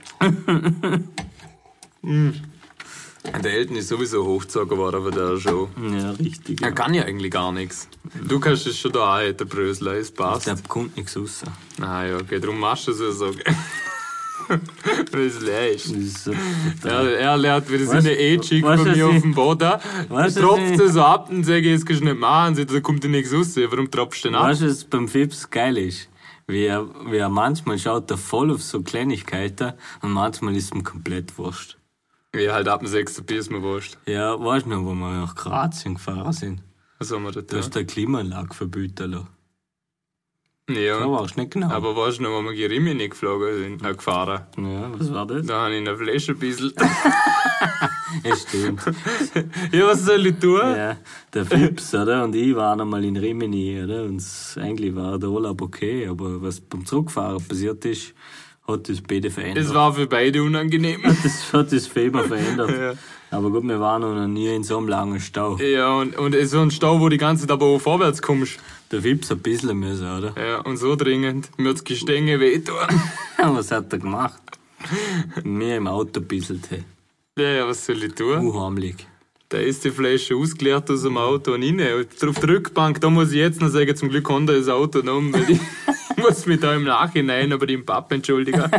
C: Mm. Der Elton ist sowieso hochgezogen worden von der Show.
D: Ja, richtig.
C: Er kann ja eigentlich gar nichts. Du kannst es schon da auch, der Brösler, es passt.
D: Da Also, kommt nichts raus.
C: Ah ja, okay, darum machst du es ja so. Weil es leicht.
D: Das ist so-
C: Er, er lernt wieder
D: Was-
C: seine E-Chick bei
D: was ist
C: mir auf
D: sie-
C: dem Boden.
D: was ist
C: Tropft
D: sie-
C: es so ab und sage, jetzt kannst du nicht machen. Sie, da kommt dir nichts raus. Warum tropfst du denn ab?
D: Weißt du, was beim Fips geil ist? Wie er, wie er manchmal schaut er voll auf so Kleinigkeiten und manchmal ist ihm komplett wurscht.
C: Ja, halt ab dem 6. Bier ist mir wurscht.
D: Ja, weißt du noch, wo wir nach Kroatien gefahren sind?
C: Was haben wir da
D: Da
C: tun?
D: ist der Klimaanlage verbieten lassen. Da
C: Ja.
D: warst du nicht genau.
C: Aber weißt du noch, wo wir in Rimini geflogen sind, äh, gefahren?
D: ja, was war das?
C: Da habe ich in der Flasche ein bisschen.
D: Ja, stimmt.
C: ja, was soll ich tun?
D: ja, der Fips, oder? Und ich waren einmal in Rimini, oder? Und s- eigentlich war der Urlaub okay, aber was beim Zurückfahren passiert ist, hat das beide verändert.
C: Es war für beide unangenehm.
D: das hat das Fieber verändert. Aber gut, wir waren noch nie in so einem langen Stau.
C: ja, und, und es ist so ein Stau, wo die ganze Zeit aber auch vorwärts kommst.
D: Der Fips ein bisschen müssen, oder?
C: Ja, und so dringend. Mir hat's Gestänge wehtun.
D: Was hat er gemacht? Mir im Auto ein bisschen.
C: Ja, ja, was soll ich tun?
D: Unheimlich.
C: Da ist die Flasche ausgeleert aus dem Auto und rein. Und auf der Rückbank, da muss ich jetzt noch sagen, zum Glück Honda ist Auto genommen, weil ich, muss mich da im Nachhinein aber den Papa entschuldigen.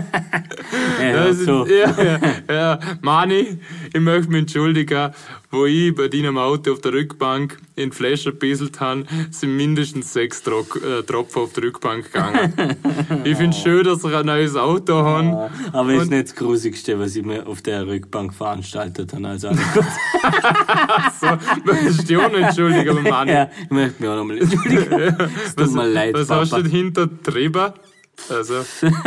D: Ja,
C: Das ist,
D: so.
C: ja, ja, ja. Mani, ich möchte mich entschuldigen, wo ich bei deinem Auto auf der Rückbank in Flash gebieselt habe, sind mindestens sechs Tro- äh, Tropfen auf der Rückbank gegangen. Ich finde es schön, dass ich ein neues Auto habe.
D: Aber ist nicht das Grusigste, was ich mir auf der Rückbank veranstaltet habe. Also,
C: So, möchtest du dich auch noch entschuldigen, aber Mani,
D: ja, ich möchte mich auch nochmal entschuldigen. Es tut mir leid,
C: Also, was hast
D: Papa.
C: du denn hinter drüber? Also,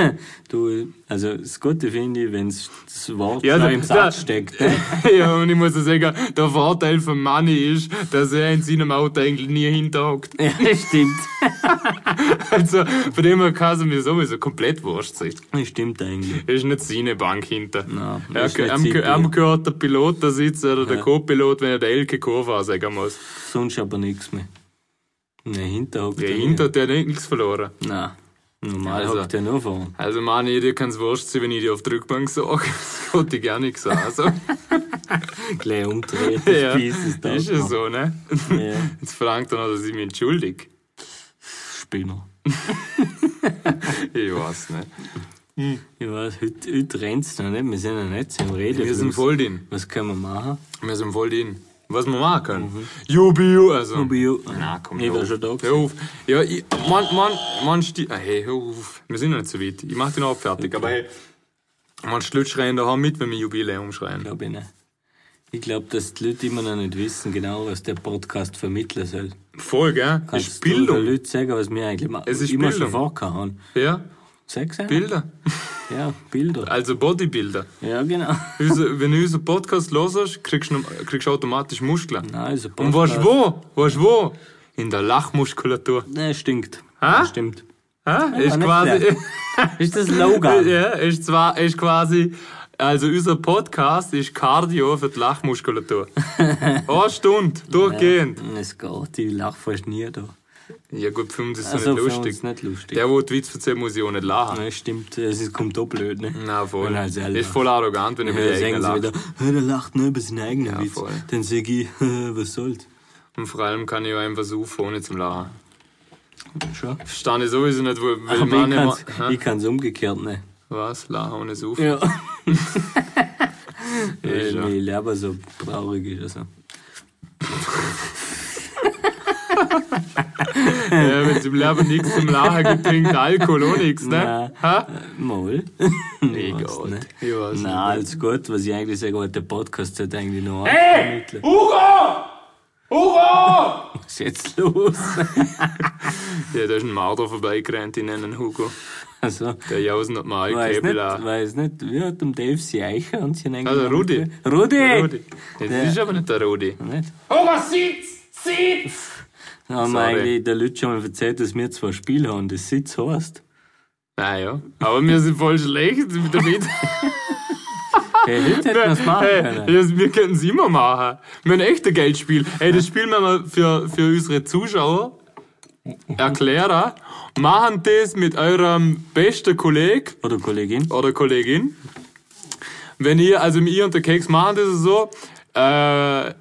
D: Du, also das Gute finde ich, wenn das Wort
C: Ja,
D: noch
C: da-
D: im
C: da-
D: Satz steckt. Ne?
C: ja, und ich muss ja sagen, der Vorteil von Mani ist, dass er in seinem Auto eigentlich nie hinterhockt.
D: Ja, das stimmt.
C: Also, von dem her kann es mir sowieso komplett wurscht sein.
D: Das stimmt eigentlich.
C: Ist nicht seine Bank hinter.
D: Nein,
C: er,
D: ist nicht
C: am,
D: seine
C: am
D: Bank.
C: gehört der Pilot da sitzt oder der Co-Pilot, wenn er der Elke Kurve ansagen muss.
D: Sonst aber nichts mehr. Nein, hinter hockt
C: Der
D: er
C: hinter, der hat eh nichts verloren.
D: nicht. Nein, normal
C: Also.
D: hockt er nur vorne.
C: Also, Mani, dir kann's wurscht sein, wenn ich dir auf der Rückbank sage. Das konnte ich gar nicht sagen. Also,
D: Gleich umdreht,
C: ja,
D: das Spieß ist da.
C: ist ja so, ne?
D: Ja,
C: Jetzt fragt er noch, dass ich mich entschuldige.
D: Spinner.
C: Ich weiß nicht.
D: Ich weiß, heute, heute rennt es noch nicht, wir sind ja nicht so im Reden.
C: Wir sind voll drin.
D: Was können wir machen?
C: Wir sind voll drin. Was wir machen
D: Mhm.
C: können. Jubiu, also.
D: Bio.
C: Na, komm,
D: Ich
C: hör
D: war
C: auf.
D: schon da.
C: Hör auf. Ja, ich, Mann, Mann, Mann, sti ah, hey, hör auf. Wir sind noch nicht so weit. Ich mach den auch fertig, aber hey. Man Schlüt schreien da auch mit, wenn wir Jubiläum schreien.
D: glaube ich nicht. Ich glaube, dass die Leute immer noch nicht wissen, genau, was der Podcast vermitteln soll.
C: Voll, gell? Das ist
D: Kannst du den
C: Bildung.
D: Leuten sagen, was wir eigentlich machen?
C: Es ist
D: immer
C: Bildung.
D: schon vorgehauen.
C: Ja,
D: Sag's einfach.
C: Bilder.
D: Ja, Bilder.
C: Also Bodybuilder.
D: Ja, genau.
C: Unser, wenn du unseren Podcast hörst, kriegst du kriegst du automatisch Muskeln.
D: Nein, also
C: Und weißt du wo? Weißt du wo? In der Lachmuskulatur.
D: Nein, stinkt.
C: Hä?
D: Stimmt.
C: Ah, ist
D: nicht
C: quasi.
D: schlecht. Ist das Slogan?
C: Ja, ist zwar, ist quasi, also unser Podcast ist Cardio für die Lachmuskulatur. Eine Stunde, durchgehend.
D: Es geht, ich lache fast nie da.
C: Ja gut, für uns ist es
D: Also
C: nicht
D: für
C: lustig.
D: uns nicht lustig.
C: Der, der die Witz erzählt, muss ich auch nicht lachen.
D: Nein, Ah, stimmt, es ist- kommt auch blöd, ne?
C: Na voll.
D: Wenn er selber-
C: Ist voll arrogant, wenn ich
D: Ja,
C: mit der
D: dann
C: eigenen
D: sagen sie wieder,
C: lache.
D: "Hä, der lacht nur über seinen eigenen Witz.
C: voll.
D: Dann sag ich, was soll's?
C: Und vor allem kann ich auch einfach saufen, ohne zum Lachen.
D: Schon.
C: Verstehe ich sowieso nicht, weil weil
D: Aber ich
C: man
D: kann's,
C: nicht ma-
D: ich kann's umgekehrt, ne?
C: Was? Lachen ohne saufen?
D: Ja.
C: Ist ja.
D: Weil ich Lehrer so traurig ist. Also.
C: Ja, wenn es im Leben nichts zum Lachen gibt, trinkt Alkohol auch nichts, ne?
D: Nein.
C: Ha?
D: Mal.
C: Egal.
D: ne?
C: Ich weiß
D: Nein,
C: nicht.
D: alles gut, was ich eigentlich sage, wollte, der Podcast sollte eigentlich noch hey!
C: Hurra!
D: Was ist jetzt los?
C: Ja, da ist ein Marder vorbeigerannt, ich nenne ihn Hugo.
D: Also,
C: Der Jausen hat mal
D: weiß nicht,
C: Käbel an.
D: weiß nicht, wie hat dem Dave sie Eicher und sie eigentlich.
C: Ah, der Rudi.
D: Rudi!
C: Rudi. Das
D: Der-
C: ist aber nicht der Rudi.
D: Nicht?
A: Hunger sitz! Sitz!
D: Da haben wir
C: Sorry.
D: eigentlich der Leute schon mal erzählt, dass wir zwei Spiele haben, das Sitz heißt.
C: Naja, Ah, aber wir sind voll schlecht mit der Mitte.
D: Hey, heute hätten wir es machen
C: Hey,
D: können.
C: das- wir können es immer machen. Wir haben echt ein Geldspiel. Hey, das spielen wir mal für, für unsere Zuschauer, Erklärer. Machen das mit eurem besten Kollegen
D: Oder Kollegin?
C: oder Kollegin. Wenn ihr, also ihr und der Keks machen das so, äh, einer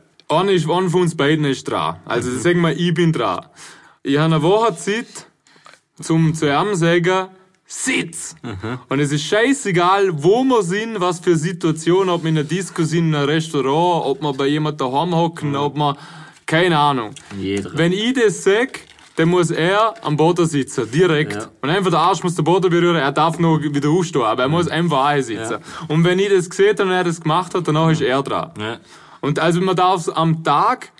C: ist, einer von uns beiden ist dran. Also
D: Mhm.
C: sagen wir, ich bin dran. Ich habe eine Woche Zeit, zum zu ihm sagen, Sitz! Und es ist scheißegal, wo wir sind, was für Situation, ob wir in einer Disco sind, in einem Restaurant, ob wir bei jemandem daheim hocken, ob wir, keine Ahnung.
D: Jeder.
C: Wenn ich das sag, dann muss er am Boden sitzen, direkt.
D: Ja.
C: Und einfach der Arsch muss den Boden berühren, er darf noch wieder aufstehen, aber er muss einfach auch sitzen. Und wenn ich das gesehen habe und er das gemacht hat, danach ist er dran.
D: Ja.
C: Und also man darf es am Tag,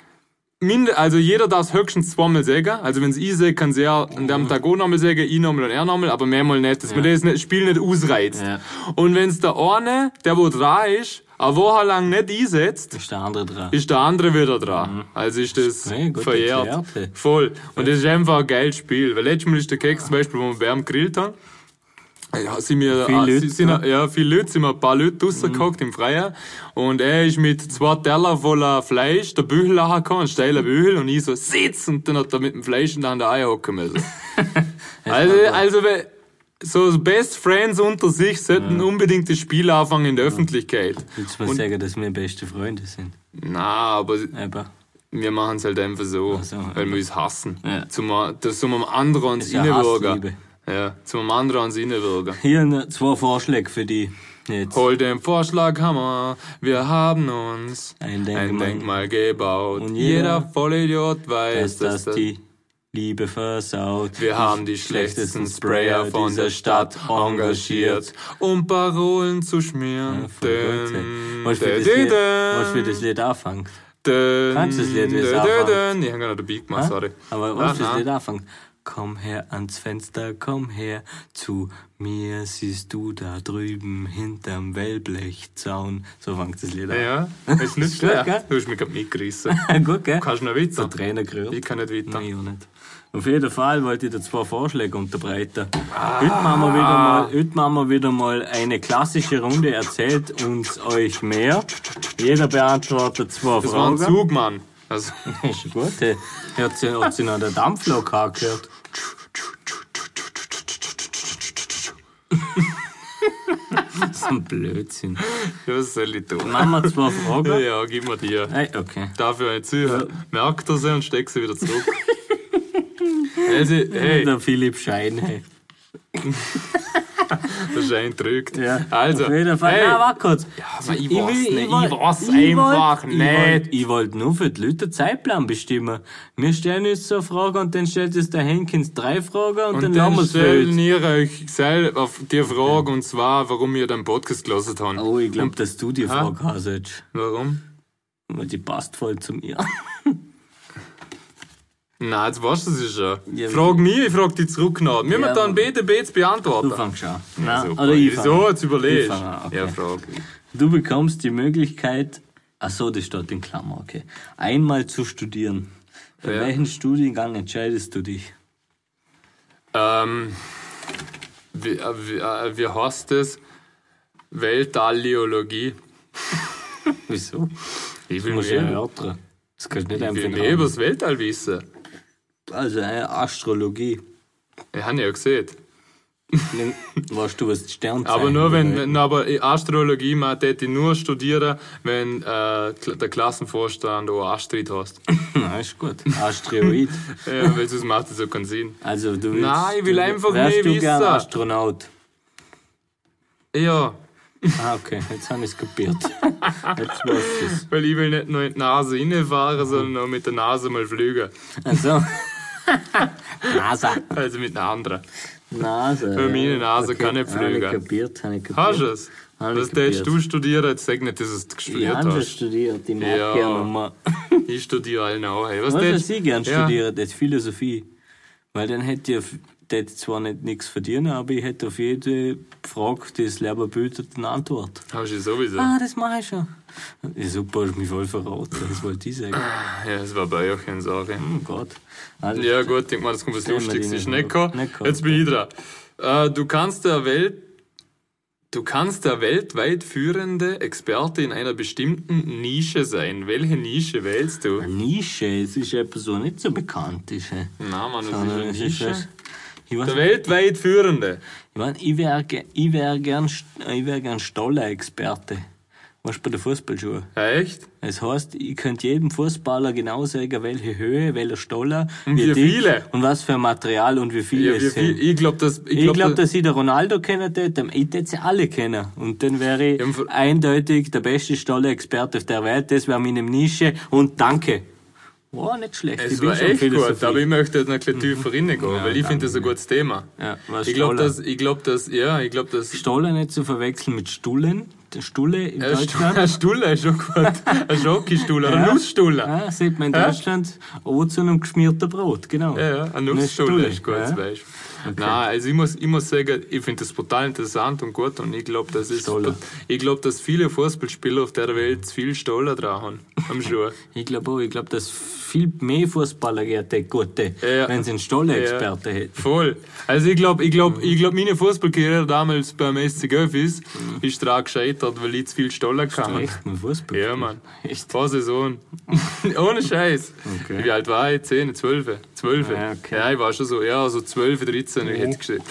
C: minde, also jeder darf es höchstens zweimal sagen. Also wenn es ich sage, kann es er an dem Tag auch nochmal sagen, ich nochmal und er nochmal, aber mehrmal nicht, dass man das nicht- Spiel nicht ausreizt.
D: Ja.
C: Und wenn es der eine, der wo dran ist, eine Woche lang nicht einsetzt,
D: Ist der andere dran.
C: ist der andere wieder dran. Also ist das
D: Ja, gut
C: verjährt.
D: erklärt.
C: Voll. Und das ist einfach ein geiles Spiel. Weil letztes Mal ist der Keks zum Beispiel, wo wir Bären gegrillt haben, ja, sind wir,
D: Viele
C: ah, sie-
D: Leute,
C: sind, ja, Mhm. viele Leute, sind wir ein paar Leute rausgehockt im Freien. Und er ist mit zwei Teller voller Fleisch, der Büchel nachgekommen, ein steiler Büchel, und ich so, sitz! Und dann hat er mit dem Fleisch in der Hand Eier hocken müssen. also, also, we- so Best Friends unter sich sollten unbedingt das Spiel anfangen in der Öffentlichkeit.
D: Willst du mal sagen, dass wir beste Freunde sind?
C: Na, aber
D: Aber
C: wir machen es halt einfach so,
D: so,
C: weil wir uns hassen.
D: Ja.
C: Zum, dass wir am anderen uns
D: ja
C: reinwürgen.
D: Hassliebe.
C: Ja, zum anderen ans Innenwirken.
D: Hier ne- zwei Vorschläge für die jetzt.
C: Hol den Vorschlaghammer, wir haben uns
D: Ein Denkmal.
C: ein Denkmal gebaut.
D: Und jeder
C: jeder, Vollidiot weiß,
D: Dass
C: dass
D: das
C: das
D: die Liebe versaut.
C: wir haben die schlechtesten Sprayer von der Stadt engagiert, um Parolen zu schmieren.
D: Voll gut, ey. Wolltest du
C: Dün,
D: das Lied-
C: dün,
D: wolltest du das Lied anfangen?
C: dün,
D: Kannst du das Lied, wie es
C: dün,
D: anfängt?
C: dün. Ich hab gerade den Beat gemacht,
D: Ah,
C: sorry.
D: Aber wolltest du das
C: Aha.
D: Lied anfangen? Komm her ans Fenster, komm her zu mir, siehst du da drüben hinterm Wellblechzaun. So fängt das Lied an.
C: Ja, ist nicht schlecht.
D: gell?
C: Du hast mich gerade mitgerissen.
D: Gut, gell?
C: Du kannst noch weiter.
D: Der Trainer gerührt.
C: Ich kann nicht weiter.
D: Nein, ich auch nicht. Auf jeden Fall wollte ich dir zwei Vorschläge unterbreiten. Heute, machen wir wieder mal, heute machen wir wieder mal eine klassische Runde. Erzählt uns euch mehr. Jeder beantwortet zwei
C: Das war ein
D: Fragen.
C: Zug, Mann. Also,
D: Ist gut. hey. Hat sie, hat sie noch der Dampflok angehört? das ist ein Blödsinn.
C: ja, was soll ich tun?
D: Machen wir zwei Fragen.
C: Ja, gib mir die.
D: Hey, okay.
C: Dafür ein Ziel. Merkt er sie und steckt sie wieder zurück. also, hey,
D: Der Philipp Schein. Hey.
C: der Schein drückt.
D: Ja.
C: Also,
D: Auf jeden Fall.
C: hey,
D: Nein, warte kurz.
C: aber ich
D: will-
C: weiß nicht, ich
D: will-
C: weiß
D: ich wollt-
C: einfach
D: ich wollt-
C: nicht.
D: Ich wollte nur für die Leute den Zeitplan bestimmen. Wir stellen uns so eine Frage und dann stellt es der Henkins drei Fragen und,
C: und
D: dann
C: dann,
D: lassen wir es
C: stellen
D: für
C: ihr euch selber auf die Frage, und zwar, warum ihr den Podcast gelassen habt.
D: Oh, ich glaube, dass du die Frage hast. Also jetzt.
C: Warum?
D: Weil die passt voll zu mir.
C: Nein, jetzt weißt du es ja schon.
D: Ja,
C: frag mich, ich frag dich zurück nach. Wir
D: Ja,
C: müssen dann
D: aber-
C: BTB zu beantworten.
D: Du fängst an.
C: Ja,
D: Nein,
C: super.
D: oder ich fang
C: so,
D: an.
C: jetzt überlegst.
D: Ich fang an, okay.
C: Ja, frag.
D: Du bekommst die Möglichkeit, ach so, das steht in Klammer, okay, einmal zu studieren. Für
C: Ja.
D: welchen Studiengang entscheidest du dich?
C: Ähm, wie, äh, wie, äh, wie heißt das? Weltalleologie.
D: Wieso?
C: Ich
D: Du
C: will eh
D: musst ja
C: mehr,
D: erörtern. Das kannst du nicht
C: ich
D: einfach
C: will mehr über das Weltall wissen.
D: Also äh, Astrologie.
C: Ich habe ja gesehen.
D: Nimm- weißt du, was die Sternzeichen
C: Aber nur wenn,
D: bedeuten?
C: wenn aber Astrologie mal hätte ich nur studieren, wenn äh, Kl- der Klassenvorstand auch Astrid hast.
D: Na, Hm, ist gut. Asteroid.
C: ja, weil sonst macht das so keinen Sinn.
D: Also du willst...
C: Nein, ich will
D: du,
C: einfach
D: wärst
C: nicht
D: du gern
C: wissen.
D: Astronaut?
C: Ja,
D: Ah, okay. Jetzt habe ich es kapiert. Jetzt weißt du es.
C: weil ich will nicht nur in die Nase reinfahren, sondern auch mit der Nase mal fliegen.
D: Also... NASA.
C: Also mit einer anderen.
D: Nase.
C: Für meine Nase
D: okay.
C: kann ich
D: Habe ich
C: fliegen.
D: Also, äh, kapiert, habe ich kapiert.
C: Hast du es?
D: Hab ich
C: Was tätest
D: kapiert.
C: du studieren? Jetzt sag nicht, dass du es
D: Ich
C: studiert
D: habe schon
C: hast.
D: studiert, ich mag
C: Ja.
D: gerne mal.
C: Ich studiere allen auch. Hey. Was,
D: Was
C: tätest-
D: was ich gern
C: Ja.
D: studiere, das ist Philosophie. Weil dann hätte ich auf- hätte ich zwar nicht nichts verdienen, aber ich hätte auf jede Frage, die das Lehrer bietet, eine Antwort.
C: Hast du sowieso.
D: Ah, das mache ich schon. Ja, super, hast mich voll verraten. Das wollte ich sagen.
C: Ja, das war bei euch eine Sache.
D: Oh Gott. Also,
C: Ja, gut, denk mal, das kommt was
D: Stellen wir die
C: Lustiges. Ist
D: nicht
C: nicht gekommen.
D: nicht gekommen.
C: Jetzt bin ich dran. Äh, du kannst der Welt. Du kannst der weltweit führende Experte in einer bestimmten Nische sein. Welche Nische wählst du?
D: Eine Nische, es ist etwas, so nicht so bekannt ist. hä?
C: Na, Mann, das ist
D: Sondern
C: eine
D: es ist was-
C: Nische.
D: Ich weiß
C: Der weltweit führende.
D: Ich mein, ich wäre ich wär gern, St- äh, ich wär gern Stoller-Experte. Weißt du, bei der Fußballschule.
C: Echt?
D: Das heißt, ich könnte jedem Fußballer genau sagen, welche Höhe, welcher Stoller, und
C: wie viele.
D: und was für ein Material und wie viele
C: Ja,
D: es
C: wie viel?
D: sind.
C: Ich glaube, dass.
D: Ich glaube, glaub,
C: dass-
D: dass ich den Ronaldo kennen hätte, ich hätte sie alle kennen. Und dann wäre ich
C: Ja, im Ver-
D: eindeutig der beste Stoller-Experte auf der Welt. Das wäre meine Nische. Und danke. Wow, nicht schlecht.
C: Es
D: ich bin
C: war
D: schon
C: echt gut,
D: Philosophie.
C: aber ich möchte jetzt noch ein bisschen tiefer reingehen, weil ich
D: Mhm. dann-
C: finde das ein gutes Thema.
D: Ja, was
C: ich glaube,
D: Stoller?
C: dass, ich glaube, dass, ja, ich glaube, dass,
D: Stoller nicht zu verwechseln mit Stullen. Der Stulle in
C: ein Stuhl-
D: Deutschland.
C: ein Stuhl ist schon gut. Ein Schokistuhl oder ein Nussstuhl. Ja,
D: Ja, sieht man in
C: Ja?
D: Deutschland auch zu einem geschmierten Brot, genau.
C: ja, ein
D: Eine
C: Nussstuhl
D: Stulle,
C: ist gut,
D: ja.
C: zum Beispiel. Nein, also ich muss, ich muss sagen, ich finde das brutal interessant und gut und ich glaube, das ist,
D: Stoller.
C: ich glaube, dass viele Fußballspieler auf der Welt zu viel Stoller dran haben, am Schuh.
D: Ich glaube auch, ich glaube, dass viel mehr Fußballer hätte gute,
C: Ja.
D: wenn sie einen Stolle-Experte hätten.
C: Voll. Also ich glaube, ich glaube, ich glaube, meine Fußballkarriere damals beim SC Göffis ist daran gescheitert, weil ich zu viel Stoller kann.
D: Echt, ein Fußball.
C: Ja, Mann.
D: Echt?
C: Vor Saison. Ohne Scheiß.
D: Okay.
C: Wie alt war ich? 10, 12? 12.
D: Ja, okay. Oh.
C: ich war schon so, ja, so 12, 13, ich hätte gesehen.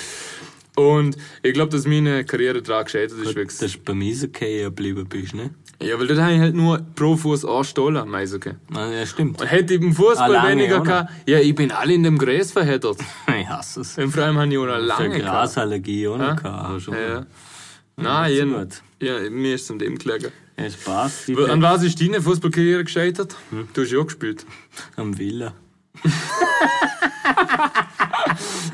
C: Und ich glaube, dass meine Karriere daran gescheitert ist.
D: Das
C: Wirklich.
D: ist bei mir so okay geblieben bist, ne?
C: Ja, weil dort habe ich halt nur pro Fuß einen Stollen am Eishockey.
D: Ah, Ja, stimmt.
C: Und hätte ich im Fußball
D: Ah, lange,
C: weniger
D: oder?
C: gehabt, ja, ich bin alle in dem Gräs verheddert.
D: Ich hasse es.
C: Im Freien habe ich auch noch
D: Für
C: lange gehabt.
D: Grasallergie auch
C: Ja?
D: noch gehabt, aber schon.
C: Ja, ja.
D: Ja,
C: Nein,
D: ist
C: jeden,
D: gut.
C: ja, mir ist es um dem gelegen.
D: es passt. Die
C: An was ist deine Fußballkarriere gescheitert?
D: Hm.
C: Du hast ja auch gespielt.
D: am Villa.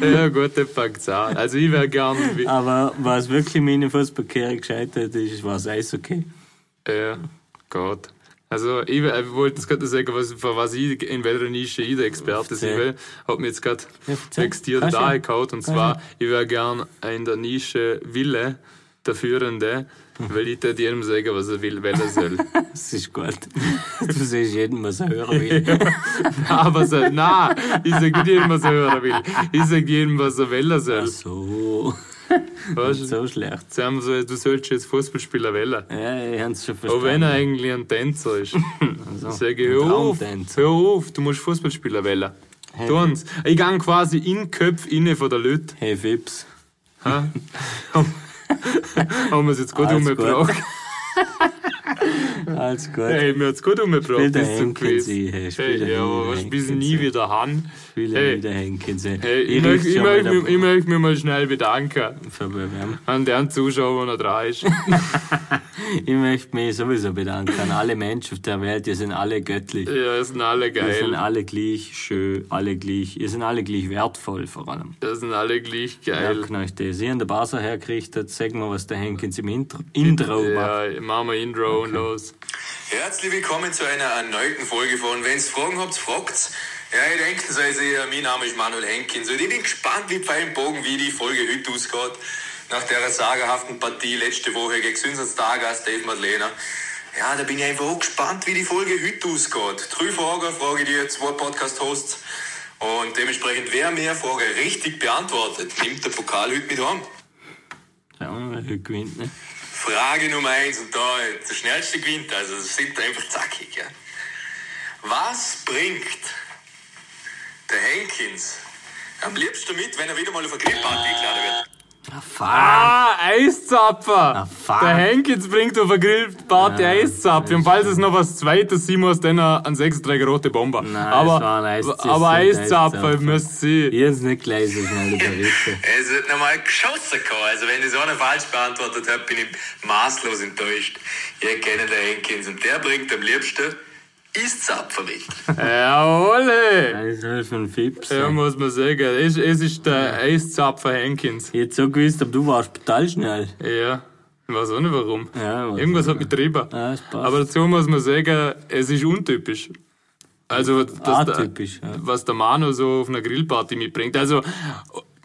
C: Ja, gut, der fängt an. Also, ich wäre gern wie.
D: Aber was wirklich meine Fußballkarriere gescheitert ist, war das Eishockey.
C: Ja, Gott. Also, ich, wär- ich wollte jetzt gerade sagen, was, für was ich in welcher Nische ich der Experte sein
D: Erzähl.
C: will. Hat mir jetzt gerade
D: erzähl.
C: textiert
D: Kannst
C: da
D: du?
C: gehaut. Und zwar, ich wäre gern in der Nische Wille der Führende, weil ich da jedem sagen, was er will, weil er soll.
D: Das ist gut. Du siehst jeden, was er hören will.
C: nein, was er, nein, ich sag nicht jedem, was er hören will. Ich sag jedem, was er will, er soll.
D: So,
C: Weißt du?
D: so schlecht.
C: Sagen wir so, du sollst jetzt Fußballspieler wählen.
D: Ja, ich hab's schon
C: Auch Oh, wenn
D: verstanden.
C: er eigentlich ein Tänzer ist. Also, Ich sage,
D: Also, ein
C: hör auf,
D: Traumtänzer.
C: hör auf, du musst Fußballspieler wählen. Tun's. Ich gang quasi in die Köpfe inne von der Leute.
D: Hey, Fips.
C: Ha? Haben wir es jetzt gut
D: Alles gut.
C: umgebracht?
D: Alles gut.
C: Hey, wir haben es gut umgebracht.
D: Spiel den
C: bis zum
D: Henkens
C: Quiz.
D: ein, hey, spiel den
C: Hey, ja, aber was
D: Henkens
C: bist
D: ein.
C: nie wieder han?
D: Viele
C: Hey.
D: wieder Henkens. ey.
C: Hey, ich,
D: rief
C: möchte, ich,
D: schon
C: möchte,
D: wieder-
C: mich- ich möchte mich mal schnell bedanken
D: Verbewerben.
C: an den Zuschauer, der dran ist.
D: Ich möchte mich sowieso bedanken an alle Menschen auf der Welt. Ihr sind alle göttlich.
C: ja, das sind alle
D: Ihr sind
C: geil.
D: alle gleich schön, alle gleich. Ihr sind alle gleich wertvoll vor allem.
C: Das sind alle gleich geil.
D: Merken euch das. Ihr habt den Basser hergerichtet. Sagen wir, was der Henkins im Intro, Intro macht.
C: Ja, machen wir Intro und los.
F: Herzlich willkommen zu einer erneuten Folge von Wenn's Fragen habt, fragt's. Ja, ich denke, es also, mein Name ist Manuel Henkins und ich bin gespannt wie Pfeil im Bogen, wie die Folge heute ausgeht. Nach der sagenhaften Partie letzte Woche gegen unseren Stargast Dave Madlener. Ja, da bin ich einfach auch gespannt, wie die Folge heute ausgeht. Drei Fragen frage ich dir, zwei Podcast-Hosts. Und dementsprechend, wer mehr Frage richtig beantwortet, nimmt den Pokal heute mit heim.
D: Schauen wir, wer gewinnt. Ne?
F: Frage Nummer eins und da äh, der schnellste gewinnt, also es sind einfach zackig. Ja. Was bringt der Henkins am liebsten mit, wenn er wieder mal auf eine Grillparty eingeladen wird?
D: Ah, fuck.
C: Ah, Eiszapfer!
D: fuck.
C: der Henkins bringt auf eine Grillparty
D: Ja,
C: Eiszapfer. Und falls es noch was zweites sein muss, dann einen 36 rote Bomber.
D: Nein,
C: aber,
D: es war ein Eiszapfer.
C: aber Eiszapfer
D: Eiszapfer.
C: müsst sie.
D: Ihr habt nicht gleich so schnell überrissen.
F: Es wird nochmal geschossen gehabt. Also wenn ich so eine falsch beantwortet habe, bin ich maßlos enttäuscht. Ihr kennt den Henkins und der bringt am liebsten Iszapfer mit.
C: Jawohl! ey.
D: Das ist für ein Fips.
C: Ja,
D: ey.
C: muss man sagen. Es, es ist der Eiszapfer Henkins.
D: Ich hätte so gewusst, aber du warst brutal schnell.
C: Ja. Ich weiß auch nicht warum.
D: Ja, was-
C: Irgendwas hat mich drüber.
D: Ja, es passt.
C: aber dazu muss man sagen, es ist untypisch. Also, dass der-
D: Atypisch. Ja.
C: was der Manu so auf einer Grillparty mitbringt. Also,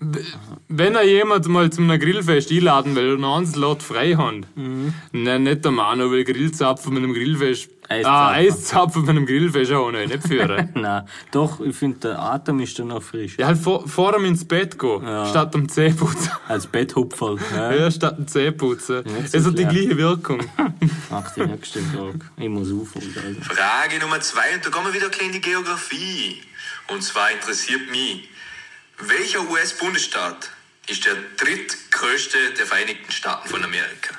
C: w- wenn er jemand mal zu einem Grillfest einladen will und einen Slot frei hat,
D: Mhm.
C: nein, nicht der Manu will Grillzapfen mit einem Grillfest.
D: Eiszapfen.
C: Ah, Eiszapfen mit einem Grillfest auch nicht, nicht führen.
D: Nein, doch, ich finde, der Atem ist dann noch frisch.
C: ja, halt vor, vor ihm ins Bett gehen, statt am Zeh putzen.
D: Als Betthupferl. Ja.
C: Ja, statt am Zeh putzen.
D: Nicht so
C: es hat die
D: schlecht.
C: gleiche Wirkung.
D: Mach den nächsten Tag. Ich muss aufholen. Alter.
F: Frage Nummer zwei, und da kommen wir wieder gleich in die Geografie. Und zwar interessiert mich, welcher US-Bundesstaat ist der drittgrößte der Vereinigten Staaten von Amerika?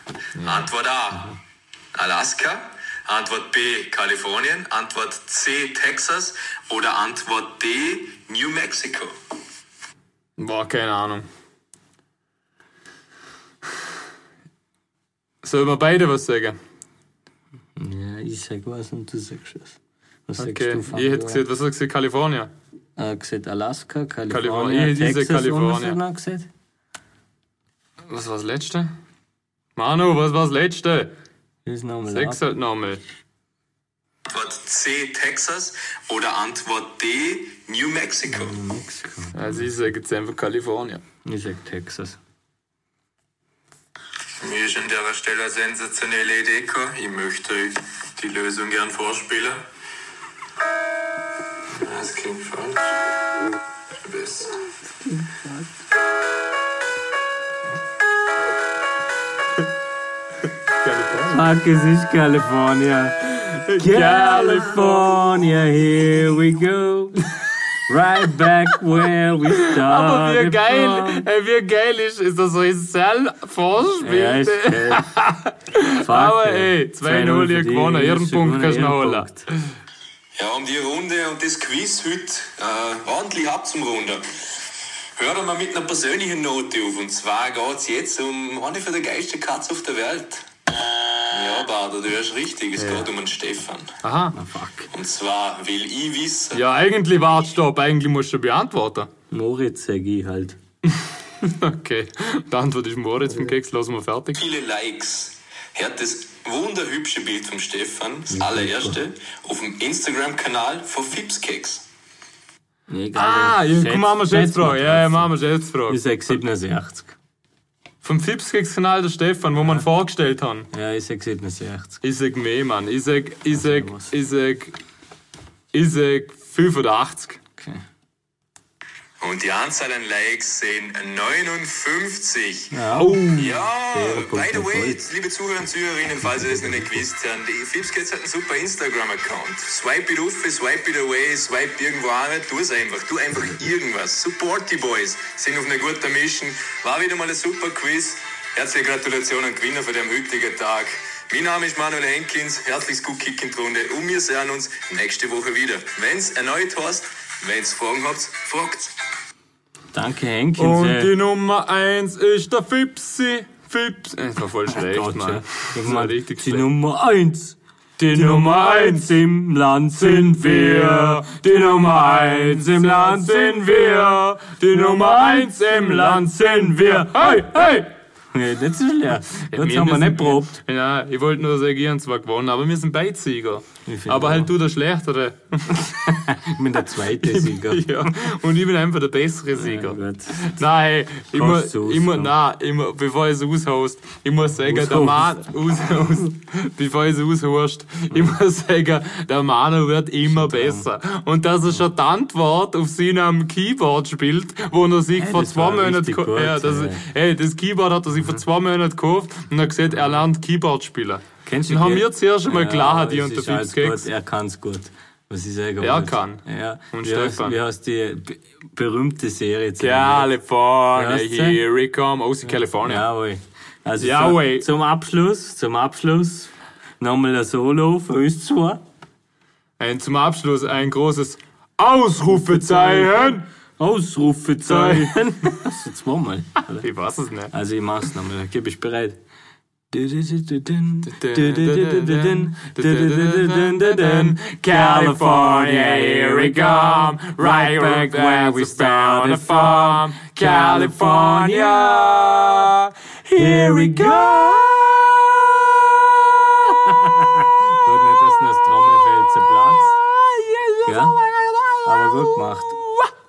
F: Antwort A, Alaska. Antwort B, Kalifornien. Antwort C, Texas. Oder Antwort D, New Mexico.
C: Boah, keine Ahnung. Sollen wir beide was sagen?
D: Ja, ich sag was und du sagst was. Was sagst
C: Okay,
D: du? Fabio?
C: ich hätte gesagt, was hast du gesagt, Kalifornien?
D: Äh, gesagt Alaska,
C: Kalifornien.
D: Kalifornien,
C: Ich- ich sag
D: Texas
C: Kalifornien.
D: und was hast du noch gesagt?
C: Was war das letzte? Manu, was war das letzte?
D: Das ist nochmal
C: Sechs halt nochmal.
F: Antwort C, Texas. Oder Antwort D, New Mexico.
D: Mexiko.
C: Also ich sage jetzt einfach Kalifornien.
D: Ich sag Texas.
F: Mir ist an der Stelle eine sensationelle Idee gekommen. Ich möchte euch die Lösung gern vorspielen. Das klingt falsch. Besser.
D: Fuck, es ist Kalifornien. California, here we go. Right back where we started.
C: Aber wie
D: from.
C: geil, äh, wie geil ist, ist das so ein
D: Ja,
C: Self-Vorspiel.
D: ist geil. Fuck,
C: Aber ey, 2-0 ihr
D: für die
C: gewonnen. Ihren
D: Österreicher
C: Punkt kannst du noch
D: gewonnen, ihren
C: holen.
D: Punkt.
F: Ja, und die Runde und das Quiz heute äh, ordentlich ab zum Runde. Hören wir mit einer persönlichen Note auf. Und zwar geht's jetzt um eine von der geilsten Katze auf der Welt. Ja, Bader, du hörst richtig. Es geht um einen Stefan.
C: Aha.
D: Fuck.
F: Und zwar will ich wissen,
C: Ja, eigentlich warte, stopp. Eigentlich musst du beantworten.
D: Moritz sag ich halt.
C: Okay. Die Antwort ist Moritz vom Keks. Lassen wir fertig.
F: viele Likes hat das wunderhübsche Bild vom Stefan, das allererste, auf dem Instagram-Kanal von Fipskeks.
D: Egal,
C: Ah,
D: dann
C: ja,
D: schätz-
C: komm, machen wir
D: schätz mal
C: Schätzfrage. Ja, ja,
D: trotzdem.
C: machen wir Schätzfrage.
D: Ich sag 67.
C: Vom Fipskeks-Kanal der Stefan, wo wir ihn vorgestellt haben.
D: Ja, ich sag 67.
C: Ich sag mehr, Mann. Ich sag, ich sag, ich sag, ich sag 85.
D: Okay.
F: Und die Anzahl an Likes sind 59.
D: Ja, oh.
F: Ja, by
D: Punkt
F: the way,
D: erfolgt.
F: liebe Zuhörer und Zuhörerinnen, falls ihr das noch nicht gewusst habt, die Fipskids hat einen super Instagram-Account. Swipe it auf, swipe it away, swipe irgendwo an, tu es einfach, tu einfach irgendwas. Support die Boys, sind auf einer guten Mission. War wieder mal ein super Quiz. Herzliche Gratulation an Gewinner von dem heutigen Tag. Mein Name ist Manuel Henkins, herzliches Gut Kick in die Runde und wir sehen uns nächste Woche wieder. Wenn's erneut heißt, wenn's Fragen habt, fragt's.
D: Danke, Henkins.
C: Und die
D: ey.
C: Nummer 1 ist der Fipsi. Fips. Äh, Das war voll schlecht,
D: Gott, ey.
C: Mann.
D: Ich
C: Das war
D: mein,
C: richtig
D: die
C: schlecht.
D: Nummer 1. Die,
C: Nummer eins
D: im Land sind wir. Die Nummer 1 im Land sind wir. Die Nummer 1 im Land sind wir.
C: Hey, hey!
D: Nee, das ist leer. Das
C: Wir
D: haben wir
C: müssen-
D: nicht probt.
C: Ja, ich wollte nur sagen, ich hab zwar gewonnen, aber wir sind beide Sieger.
D: find
C: Aber
D: auch.
C: halt du der Schlechtere.
D: Ich bin der zweite Sieger.
C: ja. Und ich bin einfach der bessere Sieger.
D: Gut.
C: Nein, ich muss,
D: Kannst du
C: ich muss,
D: aushauen.
C: nein, ich muss, bevor ich es aushaust, ich muss sagen, der
D: Aushaust.
C: Mann, aushaust, bevor ich es aushaust, ich muss sagen, der Manu wird immer besser. Und dass er schon die Antwort auf seinem Keyboard spielt, wo er sich vor
D: das
C: zwei
D: war
C: Monaten,
D: richtig
C: geko-
D: gut,
C: ja, das,
D: ey.
C: ey, das Keyboard hat er sich vor zwei Monaten gekauft und hat gesagt, er lernt Keyboard spielen.
D: Kennst du
C: Dann haben
D: die-
C: wir zuerst einmal klar, die
D: es
C: unter
D: ist alles
C: 50 Keks.
D: gut, Er kann's gut. Was ich sagen
C: Er
D: wollte.
C: kann.
D: Ja.
C: Und
D: wie heißt-
C: Stefan.
D: Wie heißt die be- berühmte Serie? zu-
C: California,
D: Weißt du?
C: here we come, aus California.
D: Jawohl. Also
C: Ja, wei.
D: so, zum Abschluss, zum Abschluss nochmal ein Solo für uns zwei.
C: Ein, zum Abschluss ein großes Ausrufezeichen.
D: Ausrufezeichen. Hast du zweimal? oder?
C: Ich weiß es nicht.
D: Also ich mach's nochmal, gib ich bereit.
C: California, here we come, right back where we started from. California, here we go.
D: Gut, nicht, dass das Trommelfeld zerplatzt. Ja? Aber gut gemacht.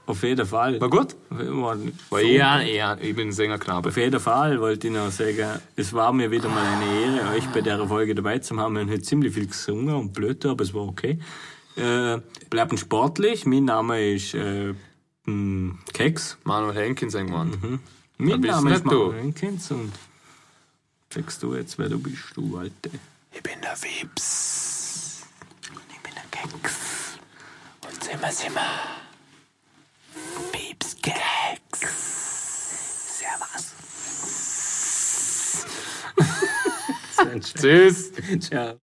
D: Auf jeden Fall.
C: War gut?
D: War
C: War eher, eher, ich bin Sängerknabe.
D: Auf jeden Fall wollte ich noch sagen, es war mir wieder mal eine Ehre, euch bei der Folge dabei zu haben. Wir haben heute ziemlich viel gesungen und blöd, aber es war okay. Äh, bleiben sportlich. Mein Name ist äh, m, Keks.
C: Manuel Henkins irgendwann.
D: Mein
C: Dann bist
D: Name
C: nicht
D: ist
C: du.
D: Manuel Henkins und sagst du jetzt, wer du bist, du Alte.
A: Ich bin der Wips. Und ich bin der Keks. Und Simmer, Simmer. Wips, Keks. Servus.
C: Tschüss.
D: Ciao.